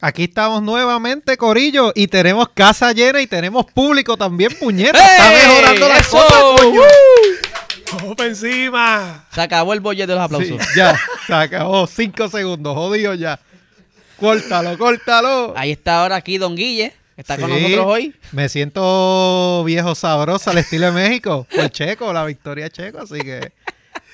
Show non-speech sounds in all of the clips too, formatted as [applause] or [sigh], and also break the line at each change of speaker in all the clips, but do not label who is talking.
Aquí estamos nuevamente, Corillo, y tenemos casa llena y tenemos público también, puñeta. Está
¡Ey!
mejorando la
¡Eso!
cosa, coño.
¡Vamos para encima!
Se acabó el bollete de los
Sí,
aplausos.
ya, se acabó. Cinco segundos, jodido ya. Córtalo, córtalo.
Ahí está ahora aquí Don Guille, que está con
Sí.
nosotros hoy.
Me siento viejo sabroso al estilo de México. Por Checo, la victoria Checo, así que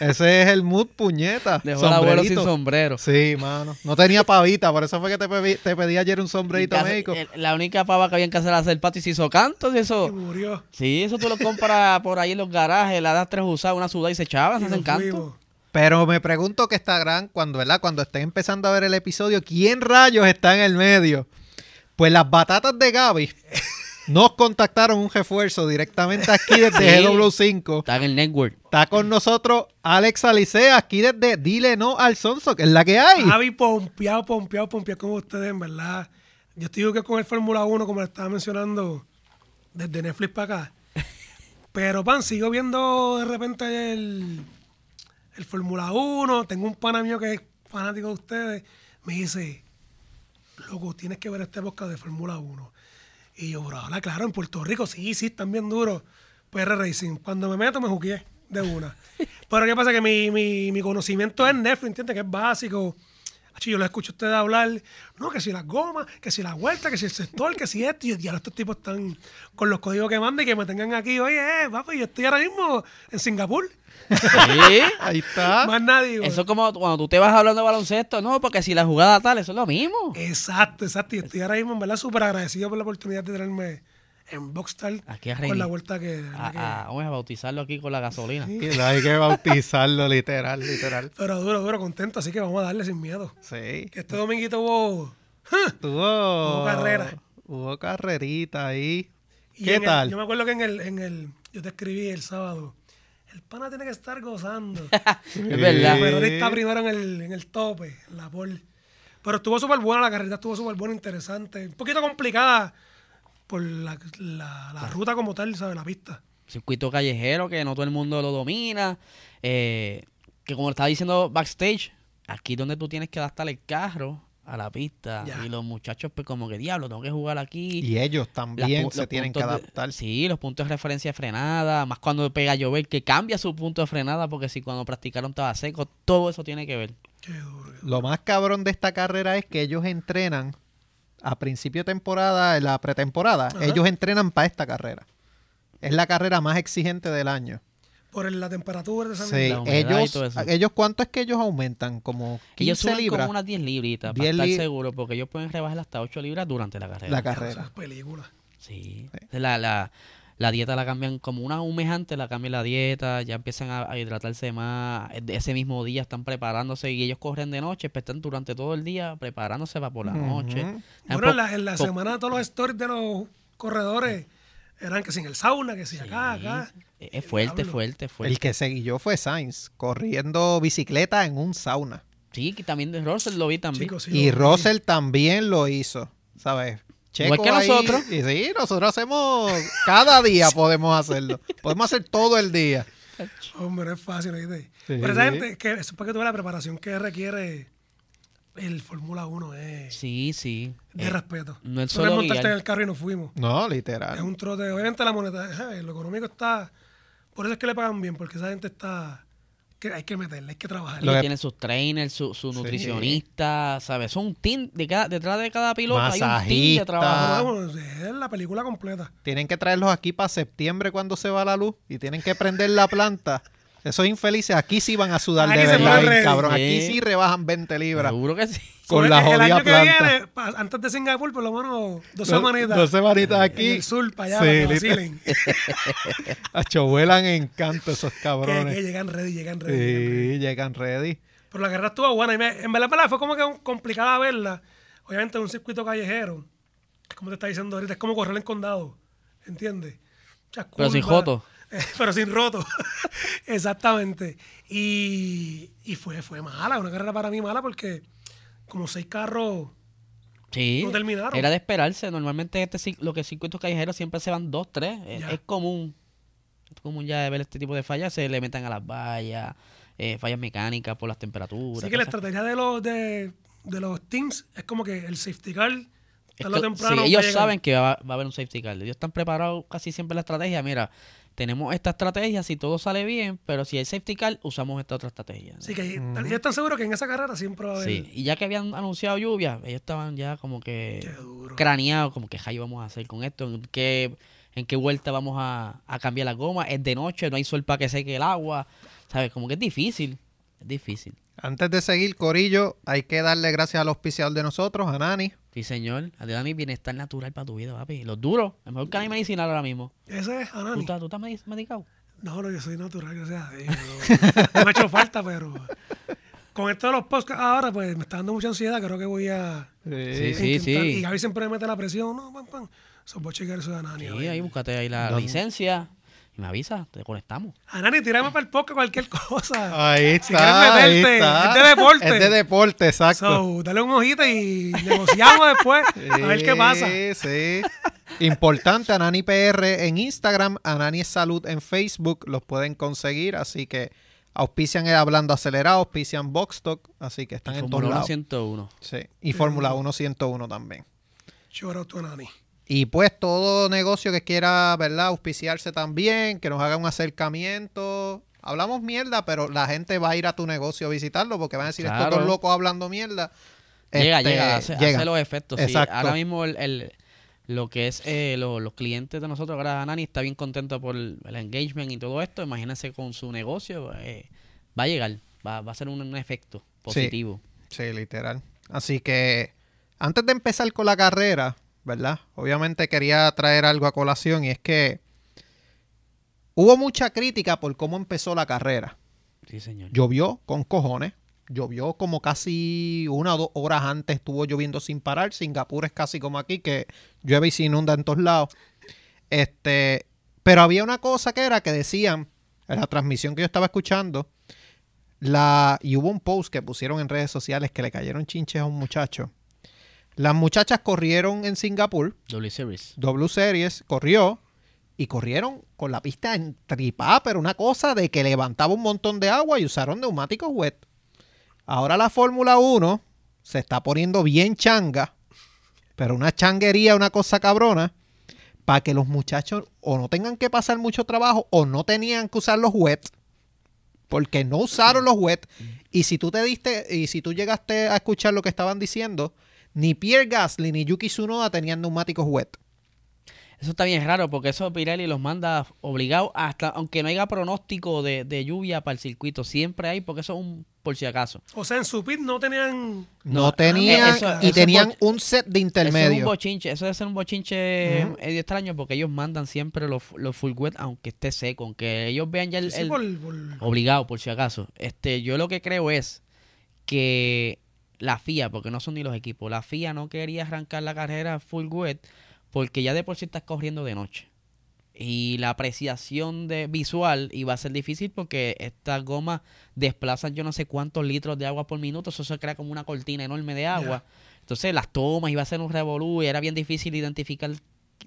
ese es el mood, puñeta.
Dejó al abuelo sin
Sombrerito.
sombrero.
Sí, mano. No tenía pavita, por eso fue que te pedí, te pedí ayer un sombrerito
En casa-
México.
el- eh, La única pava que había en casa era hacer el pato y se hizo cantos y
Y
eso.
murió.
Sí, eso tú lo compras [laughs] por ahí en los garajes, la das tres usadas, una sudada y se echaba,
Y
se
nos
hacen cantos.
fuimos.
Pero me pregunto que estarán, cuando, ¿verdad? Cuando estén empezando a ver el episodio, ¿quién rayos está en el medio? Pues las batatas de Gaby nos contactaron un refuerzo directamente aquí
[laughs]
desde
Sí.
GW5.
Está en el network.
[laughs] Está con nosotros Alex Alicea, aquí desde Dile No al Sonso, que es la que hay.
Javi pompeado, pompeado, pompeado con ustedes, en verdad. Yo estoy yo que con el Fórmula 1, como le estaba mencionando, desde Netflix para acá. Pero, pan, sigo viendo de repente el, el Fórmula 1. Tengo un pana mío que es fanático de ustedes. Me dice, loco, tienes que ver este podcast de Fórmula 1. Y yo, bro, ahora claro, en Puerto Rico sí, sí, están bien duros. PR Racing. Cuando me meto, me juqué
[laughs]
de una. Pero ¿qué pasa? Que mi, mi, mi conocimiento es Netflix, ¿entiendes? Que es básico. Acho, yo lo escucho a ustedes hablar, no, que si las gomas, que si la vuelta, que si el sector, que si esto. Y ya estos tipos están con los códigos que mandan y que me tengan aquí. Oye, eh, papi, yo estoy ahora mismo en Singapur.
Sí.
Ahí está.
Más nadie. güey.
Ah, Eso es como cuando tú te vas hablando de baloncesto, no, porque si la jugada tal, eso es lo mismo.
Exacto, exacto. Y estoy ahora mismo, en verdad, súper agradecido por la oportunidad de tenerme en Boxstar
Aquí a reír.
con la vuelta que... de verdad
Ah,
que-
ah, vamos a bautizarlo aquí con la gasolina.
Hay que bautizarlo, literal, literal.
Pero duro, duro, contento, así que vamos a darle sin miedo.
Sí.
Que este dominguito hubo.
Tuvo,
Hubo carrera.
Hubo carrerita ahí.
y
¿Qué
en el-
tal?
yo me acuerdo que en el, en el. Yo te escribí el sábado. El pana tiene que estar gozando.
[laughs] Es verdad.
Pero está primero en el, en el tope, en la pole. Pero estuvo súper buena la carrera, estuvo súper buena, interesante. Un poquito complicada por la, la- la ruta como tal, ¿sabes? La pista.
circuito callejero que no todo el mundo lo domina. eh, que como estaba diciendo backstage, aquí es donde tú tienes que adaptar el carro a la pista.
Ya.
Y los muchachos, pues como que diablo, tengo que jugar aquí.
Y ellos
Las
también
pu-
se
los
tienen que
puntos de-
adaptar.
sí, los puntos de referencia de frenada, más cuando pega a llover, que cambia su punto de frenada, porque si cuando practicaron estaba seco, todo eso tiene que ver.
Qué duro.
Lo más cabrón de esta carrera es que ellos entrenan a principio de temporada, en la pretemporada,
Ajá.
ellos entrenan para esta carrera. Es la carrera más exigente del año.
Por el- la temperatura de esa
Sí,
La humedad y
ellos,
todo eso.
ellos, ¿cuánto es que ellos aumentan? Como
ellos
15
suben
libras
como unas 10 libritas,
10
para
li-
estar seguro, porque ellos pueden rebajar hasta 8 libras durante la carrera.
la
carrera.
carrera.
película.
Sí. La, la, la dieta la cambian como una un mes antes, la cambian la dieta, ya empiezan a, a hidratarse más. e- Ese mismo día están preparándose y ellos corren de noche, pero están durante todo el día preparándose para por la noche.
Ujú.
Bueno, en
Tampoco-
la, en la
po-
semana todos los stories de los corredores eran que sin el sauna, que si acá,
Sí.
acá.
Es es fuerte,
Diablo.
fuerte,
El
fuerte.
que se guilló fue Sainz, corriendo bicicleta en un sauna.
Sí, que también de Russell lo vi también.
Chicos, sí,
Y
lo-
Russell también lo hizo, ¿sabes?
Igual que nosotros.
Y sí, nosotros hacemos, cada día podemos hacerlo. Podemos hacer todo el día.
Hombre, es fácil, ¿oíste?
Sí.
Pero esa gente, que, eso es para que tú veas la preparación que requiere el Fórmula 1, es
Sí, sí.
de
Eh,
respeto.
no es
Tú
solo
montarte
guiar.
en el carro y nos fuimos.
No,
Es
literal.
un trote. Obviamente la moneda, ¿sabes? lo económico está... Por eso es que le pagan bien, porque esa gente está... que hay que meterle, hay que trabajar.
Lo
ellos
que-
tienen sus trainers, su, su nutricionista, ¿sabes? Son un team, de cada, detrás de cada piloto hay un team de
Masajista.
trabajo.
Pero vamos, es la película completa.
Tienen que traerlos aquí para septiembre cuando se va la luz y tienen que prender la planta. Esos infelices aquí sí van a sudar
Aquí
de
se
verdad,
ponen
bien
ready.
cabrón. Aquí
Sí.
sí rebajan 20 libras
Seguro que sí.
con
Pues el,
la
el
jodida
año que
planta.
viene, pa- antes de Singapur, por lo menos dos
Dos-
semanitas.
dos semanitas aquí.
En el sur, para allá,
Sí,
para que
literal. [laughs]
vacilen.
Acho, vuelan en canto esos
que,
cabrones.
que llegan ready, llegan ready. llegan ready.
eh. Sí, llegan ready.
Pero la carrera estuvo buena. Y me- en verdad, en verdad, fue como que un- complicada verla. Obviamente, en un circuito callejero, es como te está diciendo ahorita, es como correr en condado. ¿Entiendes? Muchas
Pero sin
curvas,
joto.
[laughs] eh, pero sin roto. [laughs] Exactamente. Y, y fue, fue mala, una carrera para mí mala porque como seis carros.
Sí.
No terminaron.
Era de esperarse. Normalmente este, cir- lo que circuitos callejeros siempre se van dos, tres. Es,
Ya.
es común. Es común ya de ver este tipo de fallas. Se le metan a las vallas, eh, fallas mecánicas por las temperaturas.
Así que la
cosas-
estrategia de los de, de los teams es como que el safety car, tarde o
Esto-
temprano. va
sí,
a
ellos
llegar.
saben que va, va a haber un safety car. Ellos están preparados casi siempre la estrategia. Mira, tenemos esta estrategia, si todo sale bien, pero si hay safety car, usamos esta otra estrategia.
Así que ellos están seguros que en esa carrera siempre va a haber.
Sí, y ya que habían anunciado lluvia, ellos estaban ya como que
Qué duro.
craneados, como que rayo vamos a hacer con esto, en qué, en qué vuelta vamos a, a cambiar la goma, es de noche, no hay sol para que seque el agua, ¿sabes? Como que es difícil, es difícil.
Antes de seguir, Corillo, hay que darle gracias al auspiciador de nosotros, a Nani.
Sí, señor, adiós a mi bienestar natural para tu vida, papi. Los duros, el mejor cannabis medicinal ahora mismo.
Ese es
¿Tú
Anani.
estás, tú estás medi- medicado?
No, no, yo soy natural, gracias a Dios. No, no me ha hecho falta, pero. Con esto de los podcasts ahora, pues me está dando mucha ansiedad. Creo que voy a.
Sí, sí,
intentar-
sí.
Y Gaby siempre me mete la presión. No, pam, pam. Eso voy a chequear eso de Anani.
Sí,
a ver.
ahí búscate ahí la
Dame.
licencia y me avisa, te conectamos.
Anani, tirame para el podcast cualquier cosa.
Ahí
Si
está,
quieres
ahí
meterte,
está.
es de deporte.
Es de deporte, exacto.
So, dale un ojito y
[laughs]
negociamos después. A ver qué pasa.
Sí, sí. Importante, Anani PR en Instagram, Anani es Salud en Facebook, los pueden conseguir, así que auspician el Hablando Acelerado, auspician Boxtalk, así que están en todos
Fórmula 1
lados.
101.
Sí. Y Fórmula 1 101 también.
Choro tu Anani.
Y pues todo negocio que quiera, ¿verdad? Auspiciarse también, que nos haga un acercamiento. Hablamos mierda, pero la gente va a ir a tu negocio a visitarlo porque van a decir estos
Claro.
dos locos hablando mierda.
Llega,
Este,
llega, hace, hace los efectos. sí.
Exacto.
Ahora mismo el, el- lo que es eh, lo- los clientes de nosotros, ahora Nani está bien contento por el el engagement y todo esto. Imagínense con su negocio, eh, va a llegar, va, va a ser un, un efecto positivo.
Sí, literal. Así que antes de empezar con la carrera, ¿verdad? Obviamente quería traer algo a colación y es que hubo mucha crítica por cómo empezó la carrera.
Sí, señor.
Llovió con cojones. Llovió como casi una o dos horas antes, estuvo lloviendo sin parar. Singapur es casi como aquí, que llueve y se inunda en todos lados. Este, pero había una cosa que era que decían, en la transmisión que yo estaba escuchando, la, y hubo un post que pusieron en redes sociales que le cayeron chinches a un muchacho. Las muchachas corrieron en Singapur,
W Series.
W Series, corrió y corrieron con la pista en tripa, pero una cosa de que levantaba un montón de agua y usaron neumáticos wet. Ahora la Fórmula 1 se está poniendo bien changa, pero una changuería, una cosa cabrona, para que los muchachos o no tengan que pasar mucho trabajo o no tenían que usar los wet, porque no usaron los wet. Y si tú te diste, y si tú llegaste a escuchar lo que estaban diciendo, ni Pierre Gasly ni Yuki Tsunoda tenían neumáticos wet.
Eso está bien raro porque eso Pirelli los manda obligados hasta, aunque no haya pronóstico de, de lluvia para el circuito, siempre hay porque eso es un por si acaso.
O sea, en su pit no tenían.
No
No,
tenían
eh, eso-
y
eso
tenían
es
un set de
Eso es un
intermedio.
bochinche, eso debe ser un bochinche eh,
Ujú.
medio extraño porque ellos mandan siempre los, los full wet aunque esté seco, aunque ellos vean ya el,
sí,
el-
por- por-
obligado por si acaso. Este, yo lo que creo es que la FIA, porque no son ni los equipos, la FIA no quería arrancar la carrera full wet porque ya de por sí estás corriendo de noche. Y la apreciación de visual iba a ser difícil porque estas gomas desplazan yo no sé cuántos litros de agua por minuto, eso se crea como una cortina enorme de agua. Entonces las tomas iba a ser un revolú y era bien difícil identificar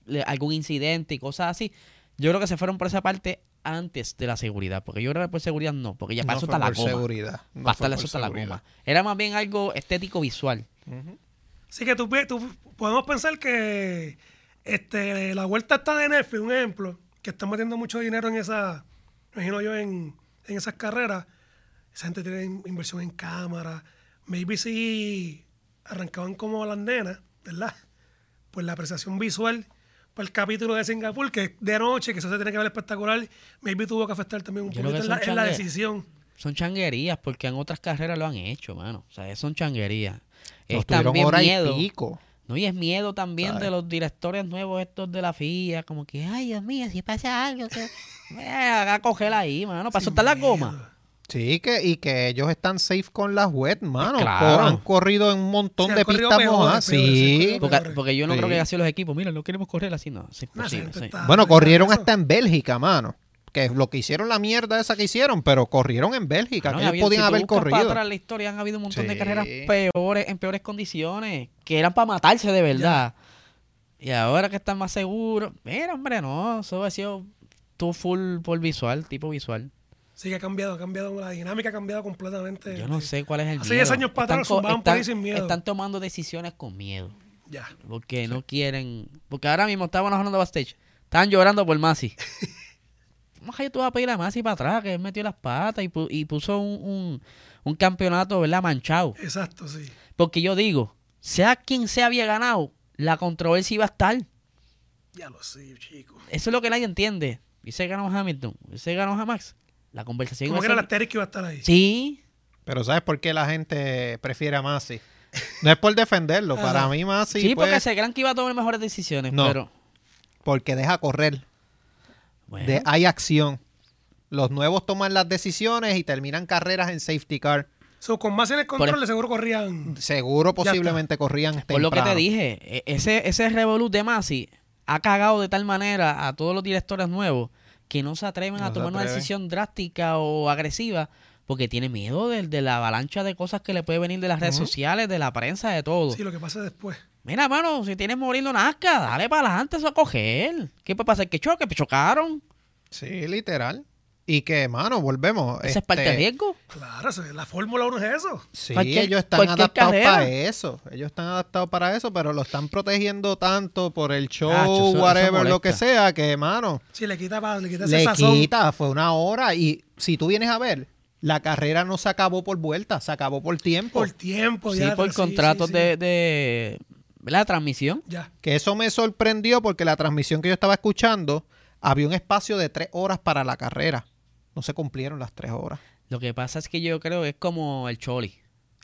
le- algún incidente y cosas así. Yo creo que se fueron por esa parte antes de la seguridad, porque yo creo que por seguridad no, porque ya
No
para eso
fue
está la
por
goma.
seguridad. no
para
fue
estarle
por
eso está la
seguridad.
goma. Era más bien algo estético visual.
Así que tú, pi- tú- podemos pensar que este, la vuelta está de Netflix, un ejemplo, que están metiendo mucho dinero en esa, me imagino yo, en, en esas carreras. Esa gente tiene in- inversión en cámara. Maybe si arrancaban como las nenas, ¿verdad? Pues la apreciación visual para el capítulo de Singapur, que es de noche, que eso se tiene que ver espectacular, maybe tuvo que afectar también un
Yo creo
poquito
que
en la,
son
en la
changue-
decisión.
Son changuerías, porque en otras carreras lo han hecho, mano. O sea, son changuerías.
Nos
Es
tuvieron
también
hora
miedo.
y pico.
No, y es miedo también
¿Sabes?
de los directores nuevos estos de la FIA, como que, ay, Dios mío, si pasa algo, que... [laughs] Eh, haga coger ahí, mano, para soltar la goma.
Sí, que, y que ellos están safe con las wet, mano.
claro.
Co- Han corrido en un montón
Sí, han
de
corrido
pistas
peores,
mojadas.
peores, sí, han
Sí.
corrido
Porque,
peores.
porque yo no
Sí.
creo que así los equipos, mira, no queremos correr así, no, es
No, esa
imposible.
gente
Pues sí.
está-
Bueno, corrieron
Eso.
hasta en Bélgica, mano. Que lo que hicieron la mierda esa que hicieron, pero corrieron en Bélgica,
Ah, no,
que
y
ellos
había-
podían
si tú
haber
buscas Para
corrido.
atrás en la historia han habido un montón de
Sí.
carreras peores, en peores condiciones, que eran para matarse de verdad. Y ahora que están más seguros, mira, hombre, no, eso ha sido tú full por visual, tipo visual.
Sí, que ha cambiado, ha cambiado, la dinámica ha cambiado completamente.
Yo no sé cuál es el
Hace
miedo.
10 años para atrás
co-
zumbaban por ahí sin miedo.
están tomando decisiones con miedo.
Ya.
Porque no quieren. Porque ahora mismo estábamos hablando de backstage. Estaban llorando por
[laughs]
Masi. ¿Cómo que yo te voy a pedir a Masi para atrás? Que él metió las patas y, pu- y puso un, un, un campeonato, ¿verdad? Manchado.
Exacto, sí.
Porque yo digo, sea quien sea había ganado, la controversia iba a estar.
Ya lo sé, chico.
Eso es lo que nadie entiende. Y se ganó Hamilton, y se ganó a Max. La conversación iba
Como que
a
era
ser-
la Terry que iba a estar ahí.
Sí,
Pero ¿sabes por qué la gente prefiere a Masi? No es por defenderlo,
Ajá.
para mí Masi
sí, porque
pues,
se crean que iba a tomar mejores decisiones,
No.
pero...
porque deja correr,
Bueno,
de- hay acción. Los nuevos toman las decisiones y terminan carreras en safety car.
So, con más en el
Por
control,
ej-
de seguro corrían.
Seguro
está.
posiblemente corrían temprano.
por lo que te dije, e- ese, ese revolut de Masi ha cagado de tal manera a todos los directores nuevos que no se atreven
No
a
se
tomar una
atreven.
decisión drástica o agresiva porque tienen miedo de, de la avalancha de cosas que le puede venir de las redes sociales, de la prensa, de todo.
Sí, lo que pasa después.
Mira, mano, si tienes morindo nazca, dale para adelante eso a coger. ¿Qué puede pasar? ¿Que choque? ¿Que chocaron?
Sí, literal. Y que, mano, volvemos.
Esa es parte de
este,
riesgo.
Claro, eso es- la Fórmula 1 es eso.
Sí,
Cualquier-
ellos están
cualquier
adaptados
carrera.
para eso. Ellos están adaptados para eso, pero lo están protegiendo tanto por el show,
Cacho, eso- eso
whatever, lo
molesta.
que sea, que, mano,
Sí, le quita, pa- le quita ese
le
sazón.
quita. Fue una hora. Y si tú vienes a ver, la carrera no se acabó por vuelta, se acabó por tiempo.
Por tiempo,
Sí,
Oh, ya.
por
sí,
contratos
sí, sí.
de, de la transmisión.
Ya.
Que eso me sorprendió porque la transmisión que yo estaba escuchando, había un espacio de tres horas para la carrera. No se cumplieron las tres horas.
Lo que pasa es que yo creo que es como el choli.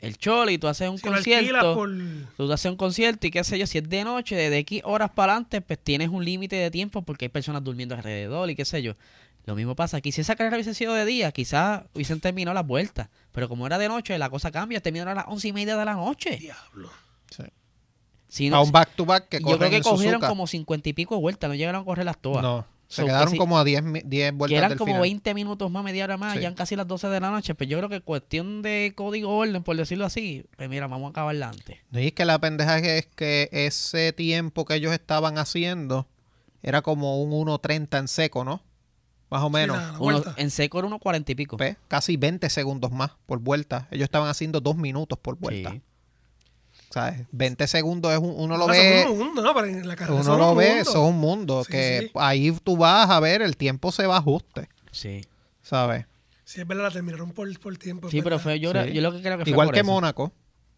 El choli, tú haces un
Si lo alquilas
concierto.
por.
Tú haces un concierto y qué sé yo, si es de noche, desde X horas para adelante, pues tienes un límite de tiempo porque hay personas durmiendo alrededor y qué sé yo. Lo mismo pasa aquí. Si esa carrera hubiese sido de día, quizás hubiesen terminado las vueltas. Pero como era de noche, la cosa cambia. Terminaron a las once y media de la noche.
Diablo.
Sí.
Si
a
no,
un back-to-back que
yo creo
corren
que
en
cogieron
Suzuka.
como cincuenta y pico de vueltas. No llegaron a correr las todas.
No, se
So,
quedaron
así-
como a 10 mi- 10
que
vueltas
eran
del
como
final.
20 minutos más, media hora más,
Sí.
ya eran casi las 12 de la noche. Pero yo creo que cuestión de código orden, por decirlo así, pues mira, vamos a acabarla antes.
No, y es que la pendeja es que ese tiempo que ellos estaban haciendo era como un 1.30 en seco, ¿no? Más o menos.
la- la
Uno- eh,
vuelta.
en seco era unos 40 y pico.
Ve, Casi 20 segundos más por vuelta. Ellos estaban haciendo dos minutos por vuelta.
Sí.
¿Sabes? 20 segundos es un- uno lo
Ah, son
ve.
un mundo, ¿no? Para en la carrera
Uno
son
lo
un
ve,
mundo.
son un mundo.
Sí,
que
sí.
ahí tú vas a ver, el tiempo se va a ajuste,
Sí.
¿sabes?
Sí, es verdad, la terminaron por, por tiempo.
Sí,
es
pero
verdad.
fue, yo, creo-
Sí.
yo lo que creo que fue
Igual
por
que
eso.
Mónaco,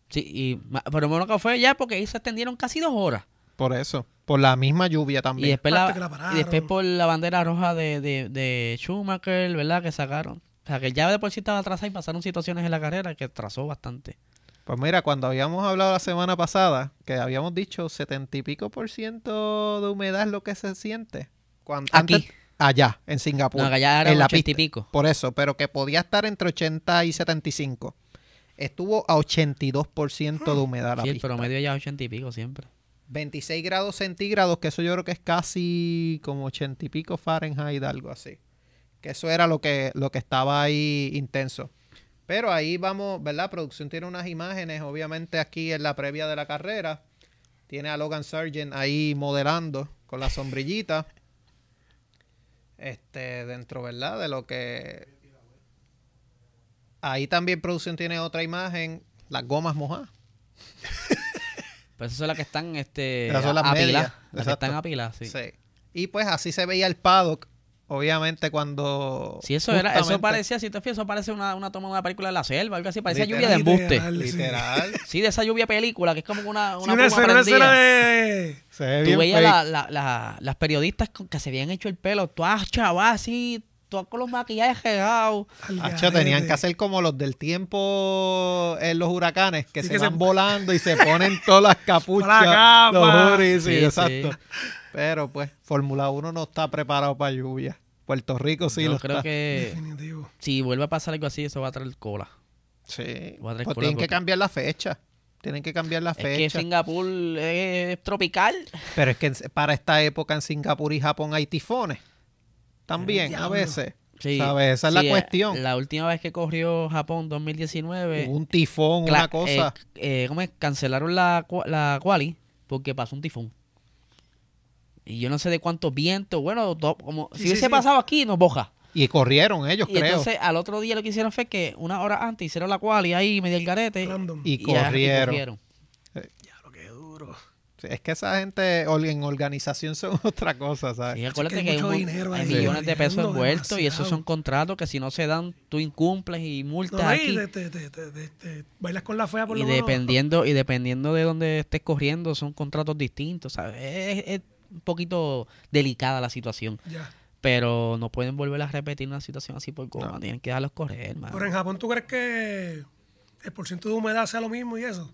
Sí, y, ma- pero Mónaco fue ya porque ahí se extendieron casi dos horas.
por eso. Por la misma lluvia
Y
también.
después,
Hasta que la
la,
pararon.
y después por la bandera roja de, de, de Schumacher, ¿verdad? Que sacaron. O sea, que ya de por sí estaba atrasada y pasaron situaciones en la carrera que atrasó bastante.
Pues mira, cuando habíamos hablado la semana pasada, que habíamos dicho setenta y pico por ciento de humedad es lo que se siente. Cuando,
Aquí.
allá, en Singapur.
No, que allá era
en la
80 y
pista.
pico.
Por eso, pero que podía estar entre 80 y 75. Estuvo a 82% de humedad la
Sí, el
pista.
promedio ya es 80 y pico siempre.
26 grados centígrados, que eso yo creo que es casi como 80 y pico Fahrenheit, algo así. Que eso era lo que, lo que estaba ahí intenso. Pero ahí vamos, ¿verdad? Producción tiene unas imágenes, obviamente aquí en la previa de la carrera. Tiene a Logan Sargent ahí modelando con la sombrillita. Este, dentro, ¿verdad? De lo que... Ahí también producción tiene otra imagen, las gomas mojadas.
Pues esas son las que están este,
Esas son las
apiladas.
medias,
Las que están
exacto.
apiladas, sí.
Sí. Y pues así se veía el paddock, obviamente cuando...
Sí, eso era, eso
justamente-
parecía, si te fijas, eso parece una, una toma de una película de la selva, algo así, parecía lluvia de
Literal.
embuste.
Literal.
Literal.
Sí, de esa lluvia película, que es como una, una,
Sí, Una,
pluma
escena, una escena
prendida.
de.
[laughs] se ve
Tú
bien
veías
fake.
la- la- la- las periodistas con- que se habían hecho el pelo, todas chavas así, todas con los maquillajes regados.
al
Hacho, tenían
garete.
que hacer como los del tiempo en los huracanes, que
Sí,
se
que se-
van volando y se
[laughs]
ponen todas las capuchas.
capa.
Los hoodies, sí,
Sí, sí.
exacto. Pero pues, Fórmula 1 no está preparado para lluvia. Puerto Rico sí
Yo
lo
creo
está. [laughs]
que
Definitivo.
si vuelve a pasar algo así, eso va a traer cola.
Sí.
Voy a
Pues
traer cola
tienen que
porque-
cambiar la fecha. Tienen que cambiar la
Es que
fecha.
Singapur es, tropical.
Pero es que en- para esta época en Singapur y Japón hay tifones. También, a
Diablo.
veces.
Sí,
¿Sabes? Esa es la
sí, eh,
cuestión.
La última vez que corrió Japón, 2019,
Hubo un tifón,
Cla-
una cosa.
eh, eh, ¿cómo es? Cancelaron la, cua- la quali porque pasó un tifón. Y yo no sé de cuántos vientos. Bueno, to- como
Sí,
si
sí,
hubiese
sí.
pasado aquí, nos boja.
Y corrieron ellos,
Y
creo.
entonces al otro día lo que hicieron fue que una hora antes hicieron la cual y ahí medio el garete.
Random.
Y
ajá,
corrieron.
Ya, lo que duro.
es que esa gente or- en organización [laughs] son otra cosa, ¿sabes?
Sí, acuérdate
hay
que hay,
mucho
un mon-
dinero
hay
ahí
millones de pesos
corriendo,
envueltos y esos
demasiado.
son contratos que si no se dan, tú incumples y
No,
multas aquí.
ahí te, te- te- te- te- te este, bailas con la fea Ah, por
y
lo menos. pues.
dependiendo y dependiendo de dónde estés corriendo son contratos distintos ¿sabes? Es, es un poquito delicada la situación
Ya.
pero no pueden volver a repetir una situación así por goma
No.
tienen que dejarlos correr mano.
Pero en Japón, ¿tú crees que el porcentaje de humedad sea lo mismo y eso?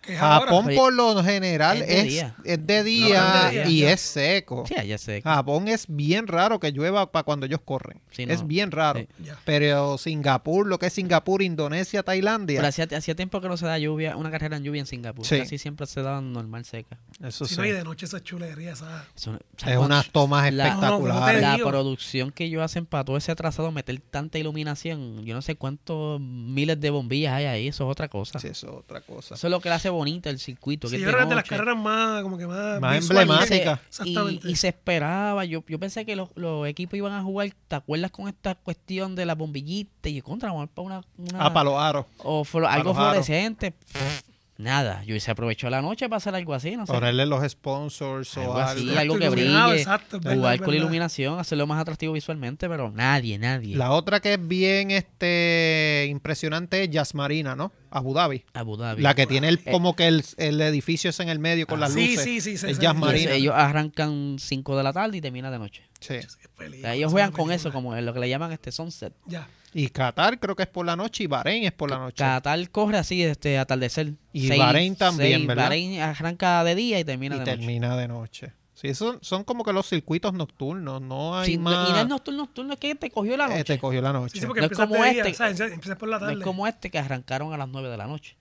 Que es
Japón
ahora.
Oye,
por lo general
es de
es,
día.
es de día
día,
y
ya.
es seco.
sí ya sé
Japón es bien raro que llueva para cuando ellos corren.
Sí,
Es
no.
bien raro.
Sí.
Ya.
Pero Singapur, lo que es Singapur, Indonesia, Tailandia.
pero hacía, hacía tiempo que no se da lluvia una carrera en lluvia en Singapur
Sí.
casi siempre se da normal seca
Eso
Si
sí.
no, y de noche esa chulería, ¿sabes?
Eso- o sea,
Es
cuando-
unas tomas
la-
espectaculares.
la
Digo.
producción que ellos hacen para todo ese trazado meter tanta iluminación yo no sé cuántos miles de bombillas hay ahí eso es otra cosa
Sí, eso es otra cosa.
eso es lo que le hace bonita el circuito que
Sí,
es
yo
de
creo que es de las
noche.
carreras más, como que más,
Más
visuales.
emblemáticas.
se- y,
Exactamente.
y se esperaba. Yo, yo pensé que los, los equipos iban a jugar. ¿Te acuerdas con esta cuestión de las bombillitas? Y yo, contra, vamos para una. una-
Ah, para los aros.
o flo- algo
los aros.
fluorescente. Pff, Nada. Yo se aprovechó la noche para hacer algo así, no sé.
Ponerle los sponsors o
Algo así,
algo.
algo que
Iluminado,
brille.
exacto, es verdad,
jugar
es
con la
verdad.
iluminación, hacerlo más atractivo visualmente, pero nadie, nadie.
La otra que es bien este impresionante es Yas Marina, ¿no? Abu Dhabi.
Abu Dhabi.
La que tiene el,
Eh.
como que el, el edificio es en el medio con
Ah.
las
Sí,
luces.
sí, sí, sí,
Es
sí,
Yas
sí.
Y
Marina.
eso, ellos arrancan 5 de la tarde y terminan de noche.
Sí.
Sí, es
O
película,
sea, ellos
es
juegan
una
con
película.
eso, como lo que le llaman este sunset.
Ya.
Y Qatar creo que es por la noche y Bahrein es por la noche.
Qatar corre así, este, atardecer.
Y Bahrein también, ¿verdad?
Bahrein arranca de día y termina
y
de noche.
termina de noche. Sí, son, son como que los circuitos nocturnos, no hay
Sí, no-
más.
Y no es nocturno, nocturno, es que te cogió la noche.
Eh, te cogió la noche.
Sí, sí, porque
No es
empiezas
como
de día,
este.
¿sabes? Empiezas por la
no
tarde.
es como este que arrancaron a las 9 de la noche.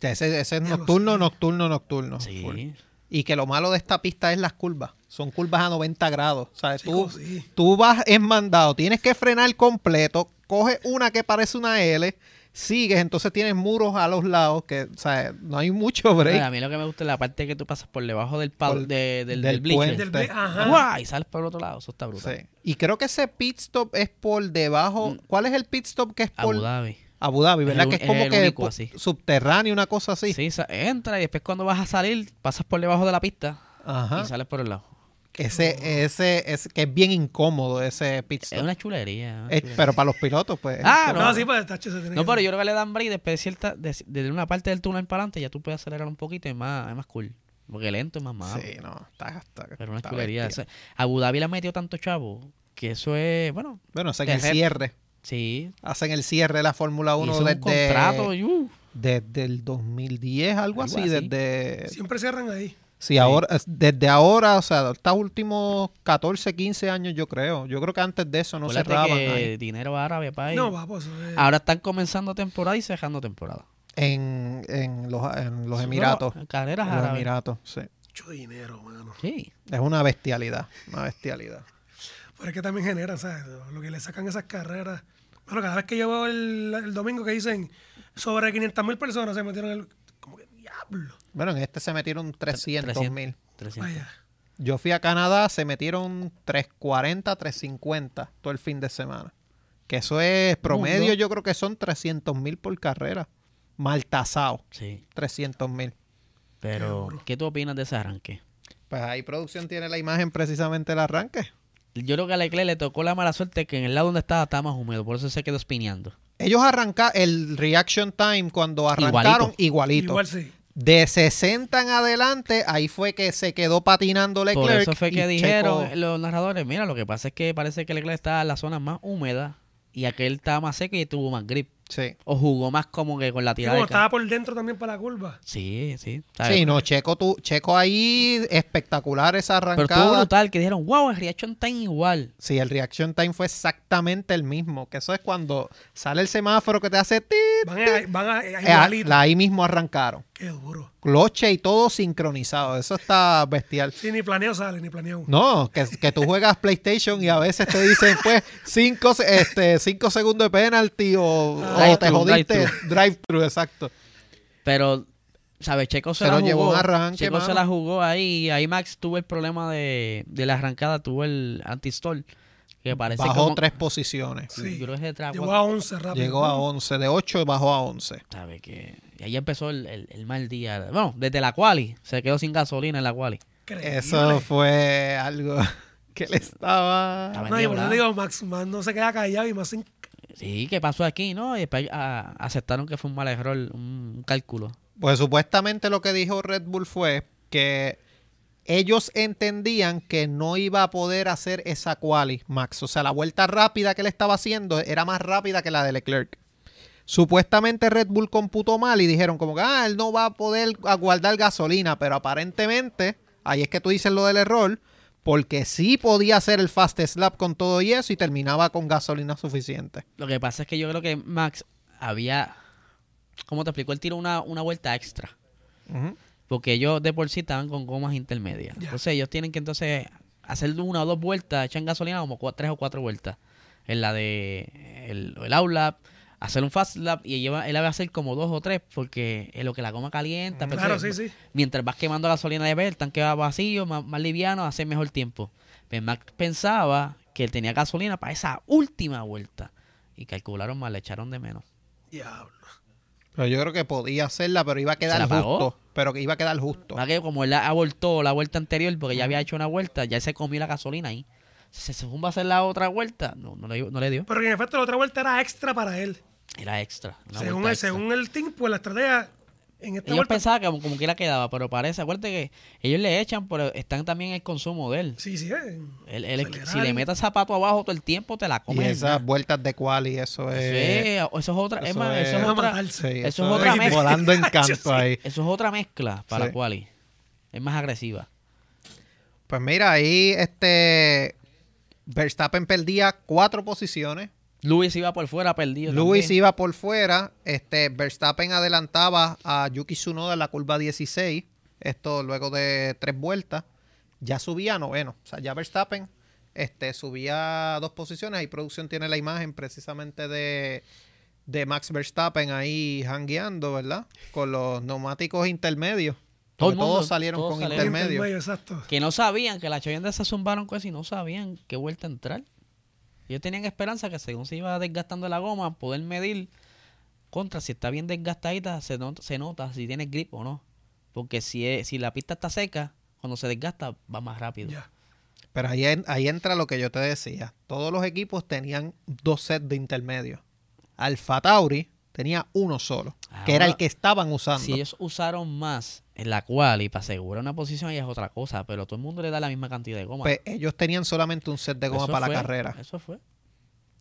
Ese, ese es
Ya lo
nocturno,
sé.
nocturno, nocturno.
Sí.
Y que lo malo de esta pista es las curvas. Son curvas a 90 grados. O
este,
sea, tú,
Chico, sí.
tú vas en mandado, tienes que frenar completo, coges una que parece una L, sigues, entonces tienes muros a los lados, que o sea, no hay mucho
Mira, a
break.
mí lo que me gusta es la parte que tú pasas por debajo del palo,
Por-
de-
del
del, del
puente.
bleacher.
Del ble- Ajá.
¡Guau! Y sales por el otro lado, eso está brutal. Mm.
Sí. Y creo que ese pit stop es por debajo. ¿Cuál es el pit stop que es por
Abu Dhabi.
Abu Dhabi, ¿verdad?
el
que
un-
es como
el
que
único
pu-
así.
subterráneo, una cosa así.
Sí. sa- entra y después cuando vas a salir, pasas por debajo de la pista
Ajá.
y sales por el lado.
Ese, ese, es que es bien incómodo ese pit
Es
stop.
una chulería. una
Eh,
chulería.
pero para los pilotos, pues.
Ah,
No, sí, pues, tacho, se tiene
No,
que-
pero yo creo que le dan break después de cierta, de- desde una parte del túnel para adelante, ya tú puedes acelerar un poquito y es más, es más cool. Porque lento es más malo.
Sí, no, está, está-
pero una
está
chulería.
bestia.
O sea, Abu Dhabi le ha metido tanto chavo que eso es, bueno,
Bueno, hacen
Te
el
rep-
cierre.
sí.
Hacen el cierre de la Fórmula
Y
1
eso es
desde,
un contrato. y, uh,
desde el 2010, algo,
Algo
así,
así.
Desde, si
Siempre cierran ahí.
ahora, es- desde ahora, o sea, estos últimos 14, 15 años, yo creo. Yo creo que antes de eso no
acuérdate
cerraban
que
ahí.
dinero árabe, pa, y-
No, va, pues. eso es-
Ahora están comenzando temporada y cerrando temporada.
en, en los, en los
Solo
Emiratos.
Carreras
En los
árabes.
Emiratos, sí.
Mucho dinero, mano.
Sí.
Es una bestialidad, una bestialidad.
Pero es que también generan, ¿sabes? Lo que le sacan esas carreras. Bueno, cada vez que yo veo el, el domingo que dicen sobre 500 mil personas se metieron en el. Como que diablo.
Bueno, en este se metieron 300 mil.
300.
Vaya.
Yo fui a Canadá, se metieron 340, 350 todo el fin de semana. Que eso es promedio,
Mundo.
yo creo que son 300 mil por carrera. Mal tasado,
Sí.
300 mil.
Pero, ¿qué tú opinas de ese arranque?
Pues ahí producción tiene la imagen precisamente del arranque.
Yo creo que a Leclerc le tocó la mala suerte que en el lado donde estaba estaba más húmedo, por eso se quedó espineando.
Ellos arrancaron, el reaction time cuando arrancaron, igualito.
Igual sí.
De 60 en adelante, ahí fue que se quedó patinando Leclerc.
Por eso fue
y
que
Checo-
dijeron los narradores, mira, lo que pasa es que parece que Leclerc estaba en la zona más húmeda y aquel estaba más seco y tuvo más grip.
Sí.
O jugó más como que con la
Y
tirada.
como
de ca-
estaba por dentro también para la curva.
Sí, sí. ¿sabes?
Sí, no, Checo, tú, Checo ahí, espectacular esa
Pero estuvo
arrancada.
brutal, que dijeron, wow, el Riachón está igual.
Sí, el reaction time fue exactamente el mismo. Que eso es cuando sale el semáforo que te hace ti. eh, ah,
Van
Eh,
a. Van a, a igualito.
Ahí mismo arrancaron.
Qué duro.
Cloche y todo sincronizado. Eso está bestial.
Sí, ni planeo sale, ni planeo.
No, que, que tú juegas PlayStation y a veces te dicen, pues, cinco, se- este, cinco segundos de penalti o, o te
Drive-thru,
jodiste. Drive-thru, exacto.
Pero, ¿sabes? Checo se,
Se
la
lo
jugó.
llevó un arranque,
Checo
mano.
se la jugó ahí. Ahí Max tuvo el problema de, de la arrancada, tuvo el antistol. Que parece
Bajó
como-
tres posiciones.
Sí.
Yo creo que es de tres a
Llegó
cuatro.
a 11 rápido. Uh,
Llegó a 11. De 8 bajó a 11.
¿Sabe que Y ahí empezó el, el- el mal día. Bueno, desde la quali. Se quedó sin gasolina en la quali.
Increíble.
Eso fue algo [laughs] que le estaba...
Estaba
No, y por eso
endeblado.
digo, Max, Max no se queda callado y más se
Sí, ¿qué pasó aquí? No, y después ah, aceptaron que fue un mal error, un, un cálculo.
Pues supuestamente lo que dijo Red Bull fue que ellos entendían que no iba a poder hacer esa quali, Max. O sea, la vuelta rápida que él estaba haciendo era más rápida que la de Leclerc. Supuestamente Red Bull computó mal y dijeron como que, ah, él no va a poder a guardar gasolina, pero aparentemente, ahí es que tú dices lo del error, porque sí podía hacer el fast slap con todo y eso y terminaba con gasolina suficiente.
Lo que pasa es que yo creo que Max había. ¿Cómo te explico? Él tiró una, una vuelta extra.
Ujú.
Porque ellos de por sí estaban con gomas intermedias.
Ya.
Entonces ellos tienen que entonces hacer una o dos vueltas, echan gasolina como cua- tres o cuatro vueltas. En la de el, el outlap, hacer un fast lap y lleva, él va a hacer como dos o tres porque es lo que la goma calienta. pero
Mm. Claro, sí,
entonces,
sí.
Mientras vas quemando gasolina de ver, el tanque va vacío, más, más liviano, hace mejor tiempo. Pero Max pensaba que él tenía gasolina para esa última vuelta. Y calcularon mal, le echaron de menos.
Diablo.
Pero yo creo que podía hacerla, pero iba a quedar
la pagó?
justo. Pero que iba a quedar justo.
Más que como él abortó la vuelta anterior porque ya había hecho una vuelta, ya se comió la gasolina ahí. Se se zumba a hacer la otra vuelta. No, no le, no le dio.
Pero que en efecto la otra vuelta era extra para él.
Era extra. una
Según
vuelta
el,
extra.
según el team, pues la estrategia en esta
Ellos
vuelta.
pensaban que como, como que la quedaba, pero parece, acuérdate que ellos le echan, pero están también en el consumo de él.
Sí, sí. eh.
Él- él es-
Acelerar.
si le metes zapato abajo todo el tiempo, te la
Y
comes. en
esas
nada.
vueltas de quali, eso
eso,
es.
es, eso es otra, es
Eh, eso
más, eso es
es-
otra-
Vamos a
Sí,
eso es
eso
otra
es
mezcla.
volando
[laughs]
en canto
Sí.
ahí.
eso es otra mezcla para
Sí.
la cual es más agresiva.
Pues mira, ahí este. Verstappen perdía cuatro posiciones.
Luis iba por fuera, perdido.
Lewis
también.
iba por fuera. Este, Verstappen adelantaba a Yuki Tsunoda en la curva 16. Esto luego de tres vueltas. Ya subía a noveno. O sea, ya Verstappen este, subía dos posiciones. Ahí producción tiene la imagen precisamente de, de Max Verstappen ahí hangueando, ¿verdad? Con los neumáticos intermedios.
Todo
Porque
el mundo,
todos salieron
todos
con
salieron.
intermedios.
exacto.
que no sabían que la chavienda se zumbaron con eso y no sabían qué vuelta entrar. Ellos tenían esperanza que según se iba desgastando la goma, poder medir contra si está bien desgastadita, se nota, se nota si tiene grip o no. Porque si, es- si la pista está seca, cuando se desgasta va más rápido.
Ya.
Pero ahí, en- ahí entra lo que yo te decía. Todos los equipos tenían dos sets de intermedios. Alfa Tauri tenía uno solo, que era
Ahora,
el que estaban usando.
Si ellos usaron más en la cual y para asegurar una posición, ya es otra cosa, pero todo el mundo le da la misma cantidad de goma.
Pues ellos tenían solamente un set de goma
Eso
para
fue-
la carrera.
Eso fue.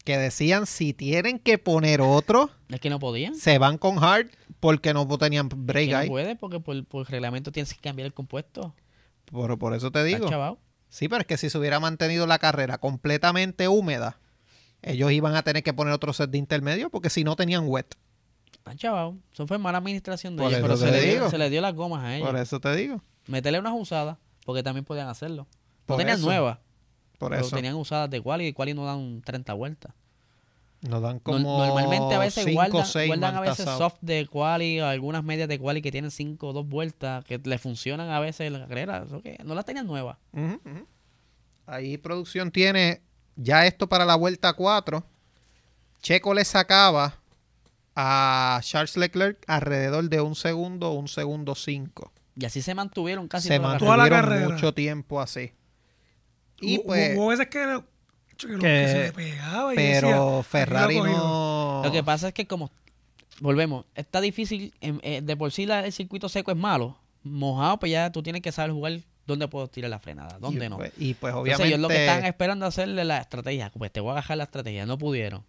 Que decían, si tienen que poner
[laughs]
otro,
Es que no podían.
se van con hard porque no tenían break
Que no
ahí.
puede porque por, por reglamento tienes que cambiar el compuesto.
Por, por eso te
Está
digo.
chavao.
Sí, pero es que si se hubiera mantenido la carrera completamente húmeda, ellos iban a tener que poner otro set de intermedio porque si no tenían wet.
Están chavados. Eso fue mala administración de
Por
ellos.
eso
Pero se
te
le, dio,
digo.
se le dio las gomas a ellos.
Por eso te digo.
Meterle unas usadas, porque también podían hacerlo. No
Por
tenían
eso,
nuevas,
Por
pero
eso.
tenían usadas de quali y quali no dan 30 vueltas.
Nos dan
No-
como
Normalmente a veces
cinco,
guardan,
seis
guardan a veces
mantasados.
soft de quali o algunas medias de quali que tienen 5 o 2 vueltas que le funcionan a veces en la carrera. Eso que no las tenían nuevas.
Ujú, ujú. Ahí producción tiene ya esto para la vuelta 4. Checo le sacaba a Charles Leclerc alrededor de un segundo, un segundo cinco.
Y así se mantuvieron casi
Se
toda la
Toda la
mantuvieron
carrera.
mucho tiempo así. Y
Hubo-
pues,
hubo veces que, era- que lo- que
que-
se le pegaba y decía,
pero
"Aquí
Ferrari
lo cogió".
no.
Lo que pasa es que como volvemos, está difícil, em, eh, de por sí la- el circuito seco es malo, mojado, pues ya tú tienes que saber jugar dónde puedo tirar la frenada, dónde
y
no.
Pues, y pues
Entonces,
obviamente.
ellos lo que están esperando hacerle la estrategia, pues te voy a agarrar la estrategia, no pudieron.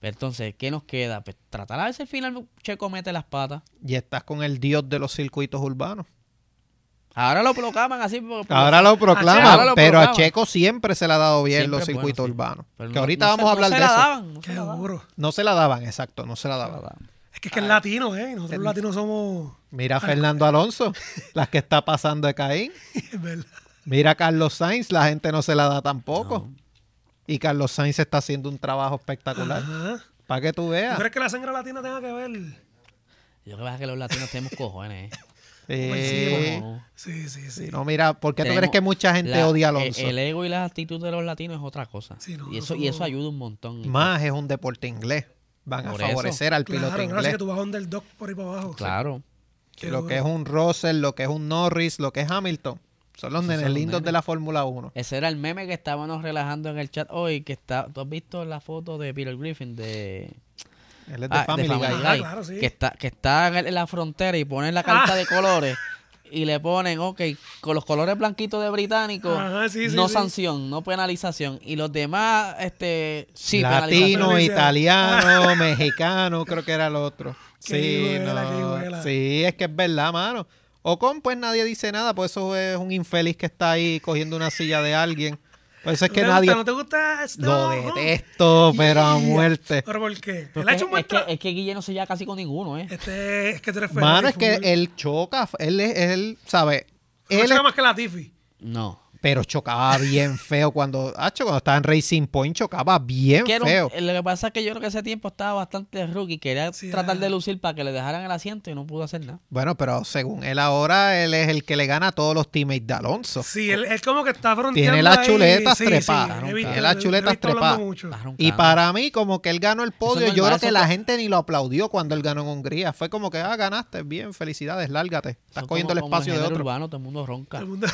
Pero entonces, ¿qué nos queda? Pues tratar a ver si al final Checo mete las patas.
Y estás con el dios de los circuitos urbanos.
Ahora lo proclaman así. porque- porque-
Ahora lo proclaman,
Ah, Ahora lo
pero a
proclaman.
Checo siempre se le ha dado bien
Siempre
los
es bueno,
circuitos
sí.
urbanos.
pero
que
no-
ahorita
no se-
vamos a hablar
no
de
se
eso.
La daban, no se
Qué
la daban.
duro.
No se la daban, exacto, no se la daban.
Es que es que
Ah,
es latino, ¿eh? Nosotros los latinos somos. [laughs]
Mira a Fernando Alonso, [laughs] las que está pasando de Caín.
Es verdad.
Mira a Carlos Sainz, la gente no se la da tampoco.
No.
Y Carlos Sainz está haciendo un trabajo espectacular.
Ajá.
Para que tú
¿Ah? ¿Tú
veas.
crees que la sangre latina tenga que ver?
[laughs]
Yo creo que pasa es que los latinos tenemos cojones. eh.
Eh,
Como-
Sí, sí, sí.
sí, no, mira, ¿por qué tú crees
Tenemos
que mucha gente
la-
odia a
el-
Alonso?
El, ego y la actitud de los latinos es otra cosa.
Sí, no,
y, eso,
nosotros-
y eso ayuda un montón.
Más es un deporte inglés. Van a
Por eso.
favorecer al
Claro,
piloto
gracias
inglés.
que tú vas del dock por ahí para abajo.
Claro.
Qué
lo
duro.
que es un Russell, lo que es un Norris, lo que es Hamilton. Son los
Esos
nenes
son los
lindos de
nenes.
la Fórmula 1.
Ese era el meme que estábamos relajando en el chat hoy. que está ¿Tú has visto la foto de Peter Griffin de,
Él es de
ah, de
Family Guy.
Family
Ah,
Guy,
claro, sí. Ah.
que, está, que está en la frontera y ponen la carta de colores y le ponen, ok, con los colores blanquitos de británico,
Ajá, sí, sí,
no
sí.
sanción, no penalización. Y los demás, este, sí, penalización.
Latino,
penalización. [laughs]
italiano, mexicano, creo que era el otro.
Qué
Sí,
buena, qué buena.
no. sí, es que es verdad, mano. Ocon, pues nadie dice nada, por eso es un infeliz que está ahí cogiendo una silla de alguien. Por eso es
¿No
que
te
nadie
Gusta, ¿No te gusta?
lo
Snow?
detesto, pero a muerte.
¿Pero por qué?
Pero
Él ha
es,
hecho
que-
un
es
buen
que,
tra-
es que Guille no se lleva casi con ninguno, ¿eh?
Este, es que tú eres
Mano,
Ferrari,
es que
full.
él choca, él, es- él sabe,
No
él
choca
es-
más que Latifi.
No.
pero chocaba bien feo cuando, hacho, cuando estaba en Racing Point chocaba bien
Que era un- eh,
feo.
lo que pasa es que yo creo que ese tiempo estaba bastante rookie, quería
Sí,
tratar
era-
de lucir para que le dejaran el asiento y no pudo hacer nada.
Bueno, pero según él ahora, él es el que le gana a todos los teammates de Alonso.
Sí, él, él como que está fronteando
Tiene las
ahí.
chuletas
Sí, sí,
trepadas.
he visto-
Tiene
he
las
visto
chuletas
hablando
trepadas.
mucho.
Está roncando.
Y para mí, como que él ganó el podio,
no,
yo creo
embarazo
que la
co-
gente ni lo aplaudió cuando él ganó en Hungría. Fue como que, ah, ganaste, bien, felicidades, lárgate.
Eso
Estás
es
cogiendo
como-
el
como
espacio de
género
otro.
urbano, todo el mundo ronca.
Todo el
[laughs]
mundo-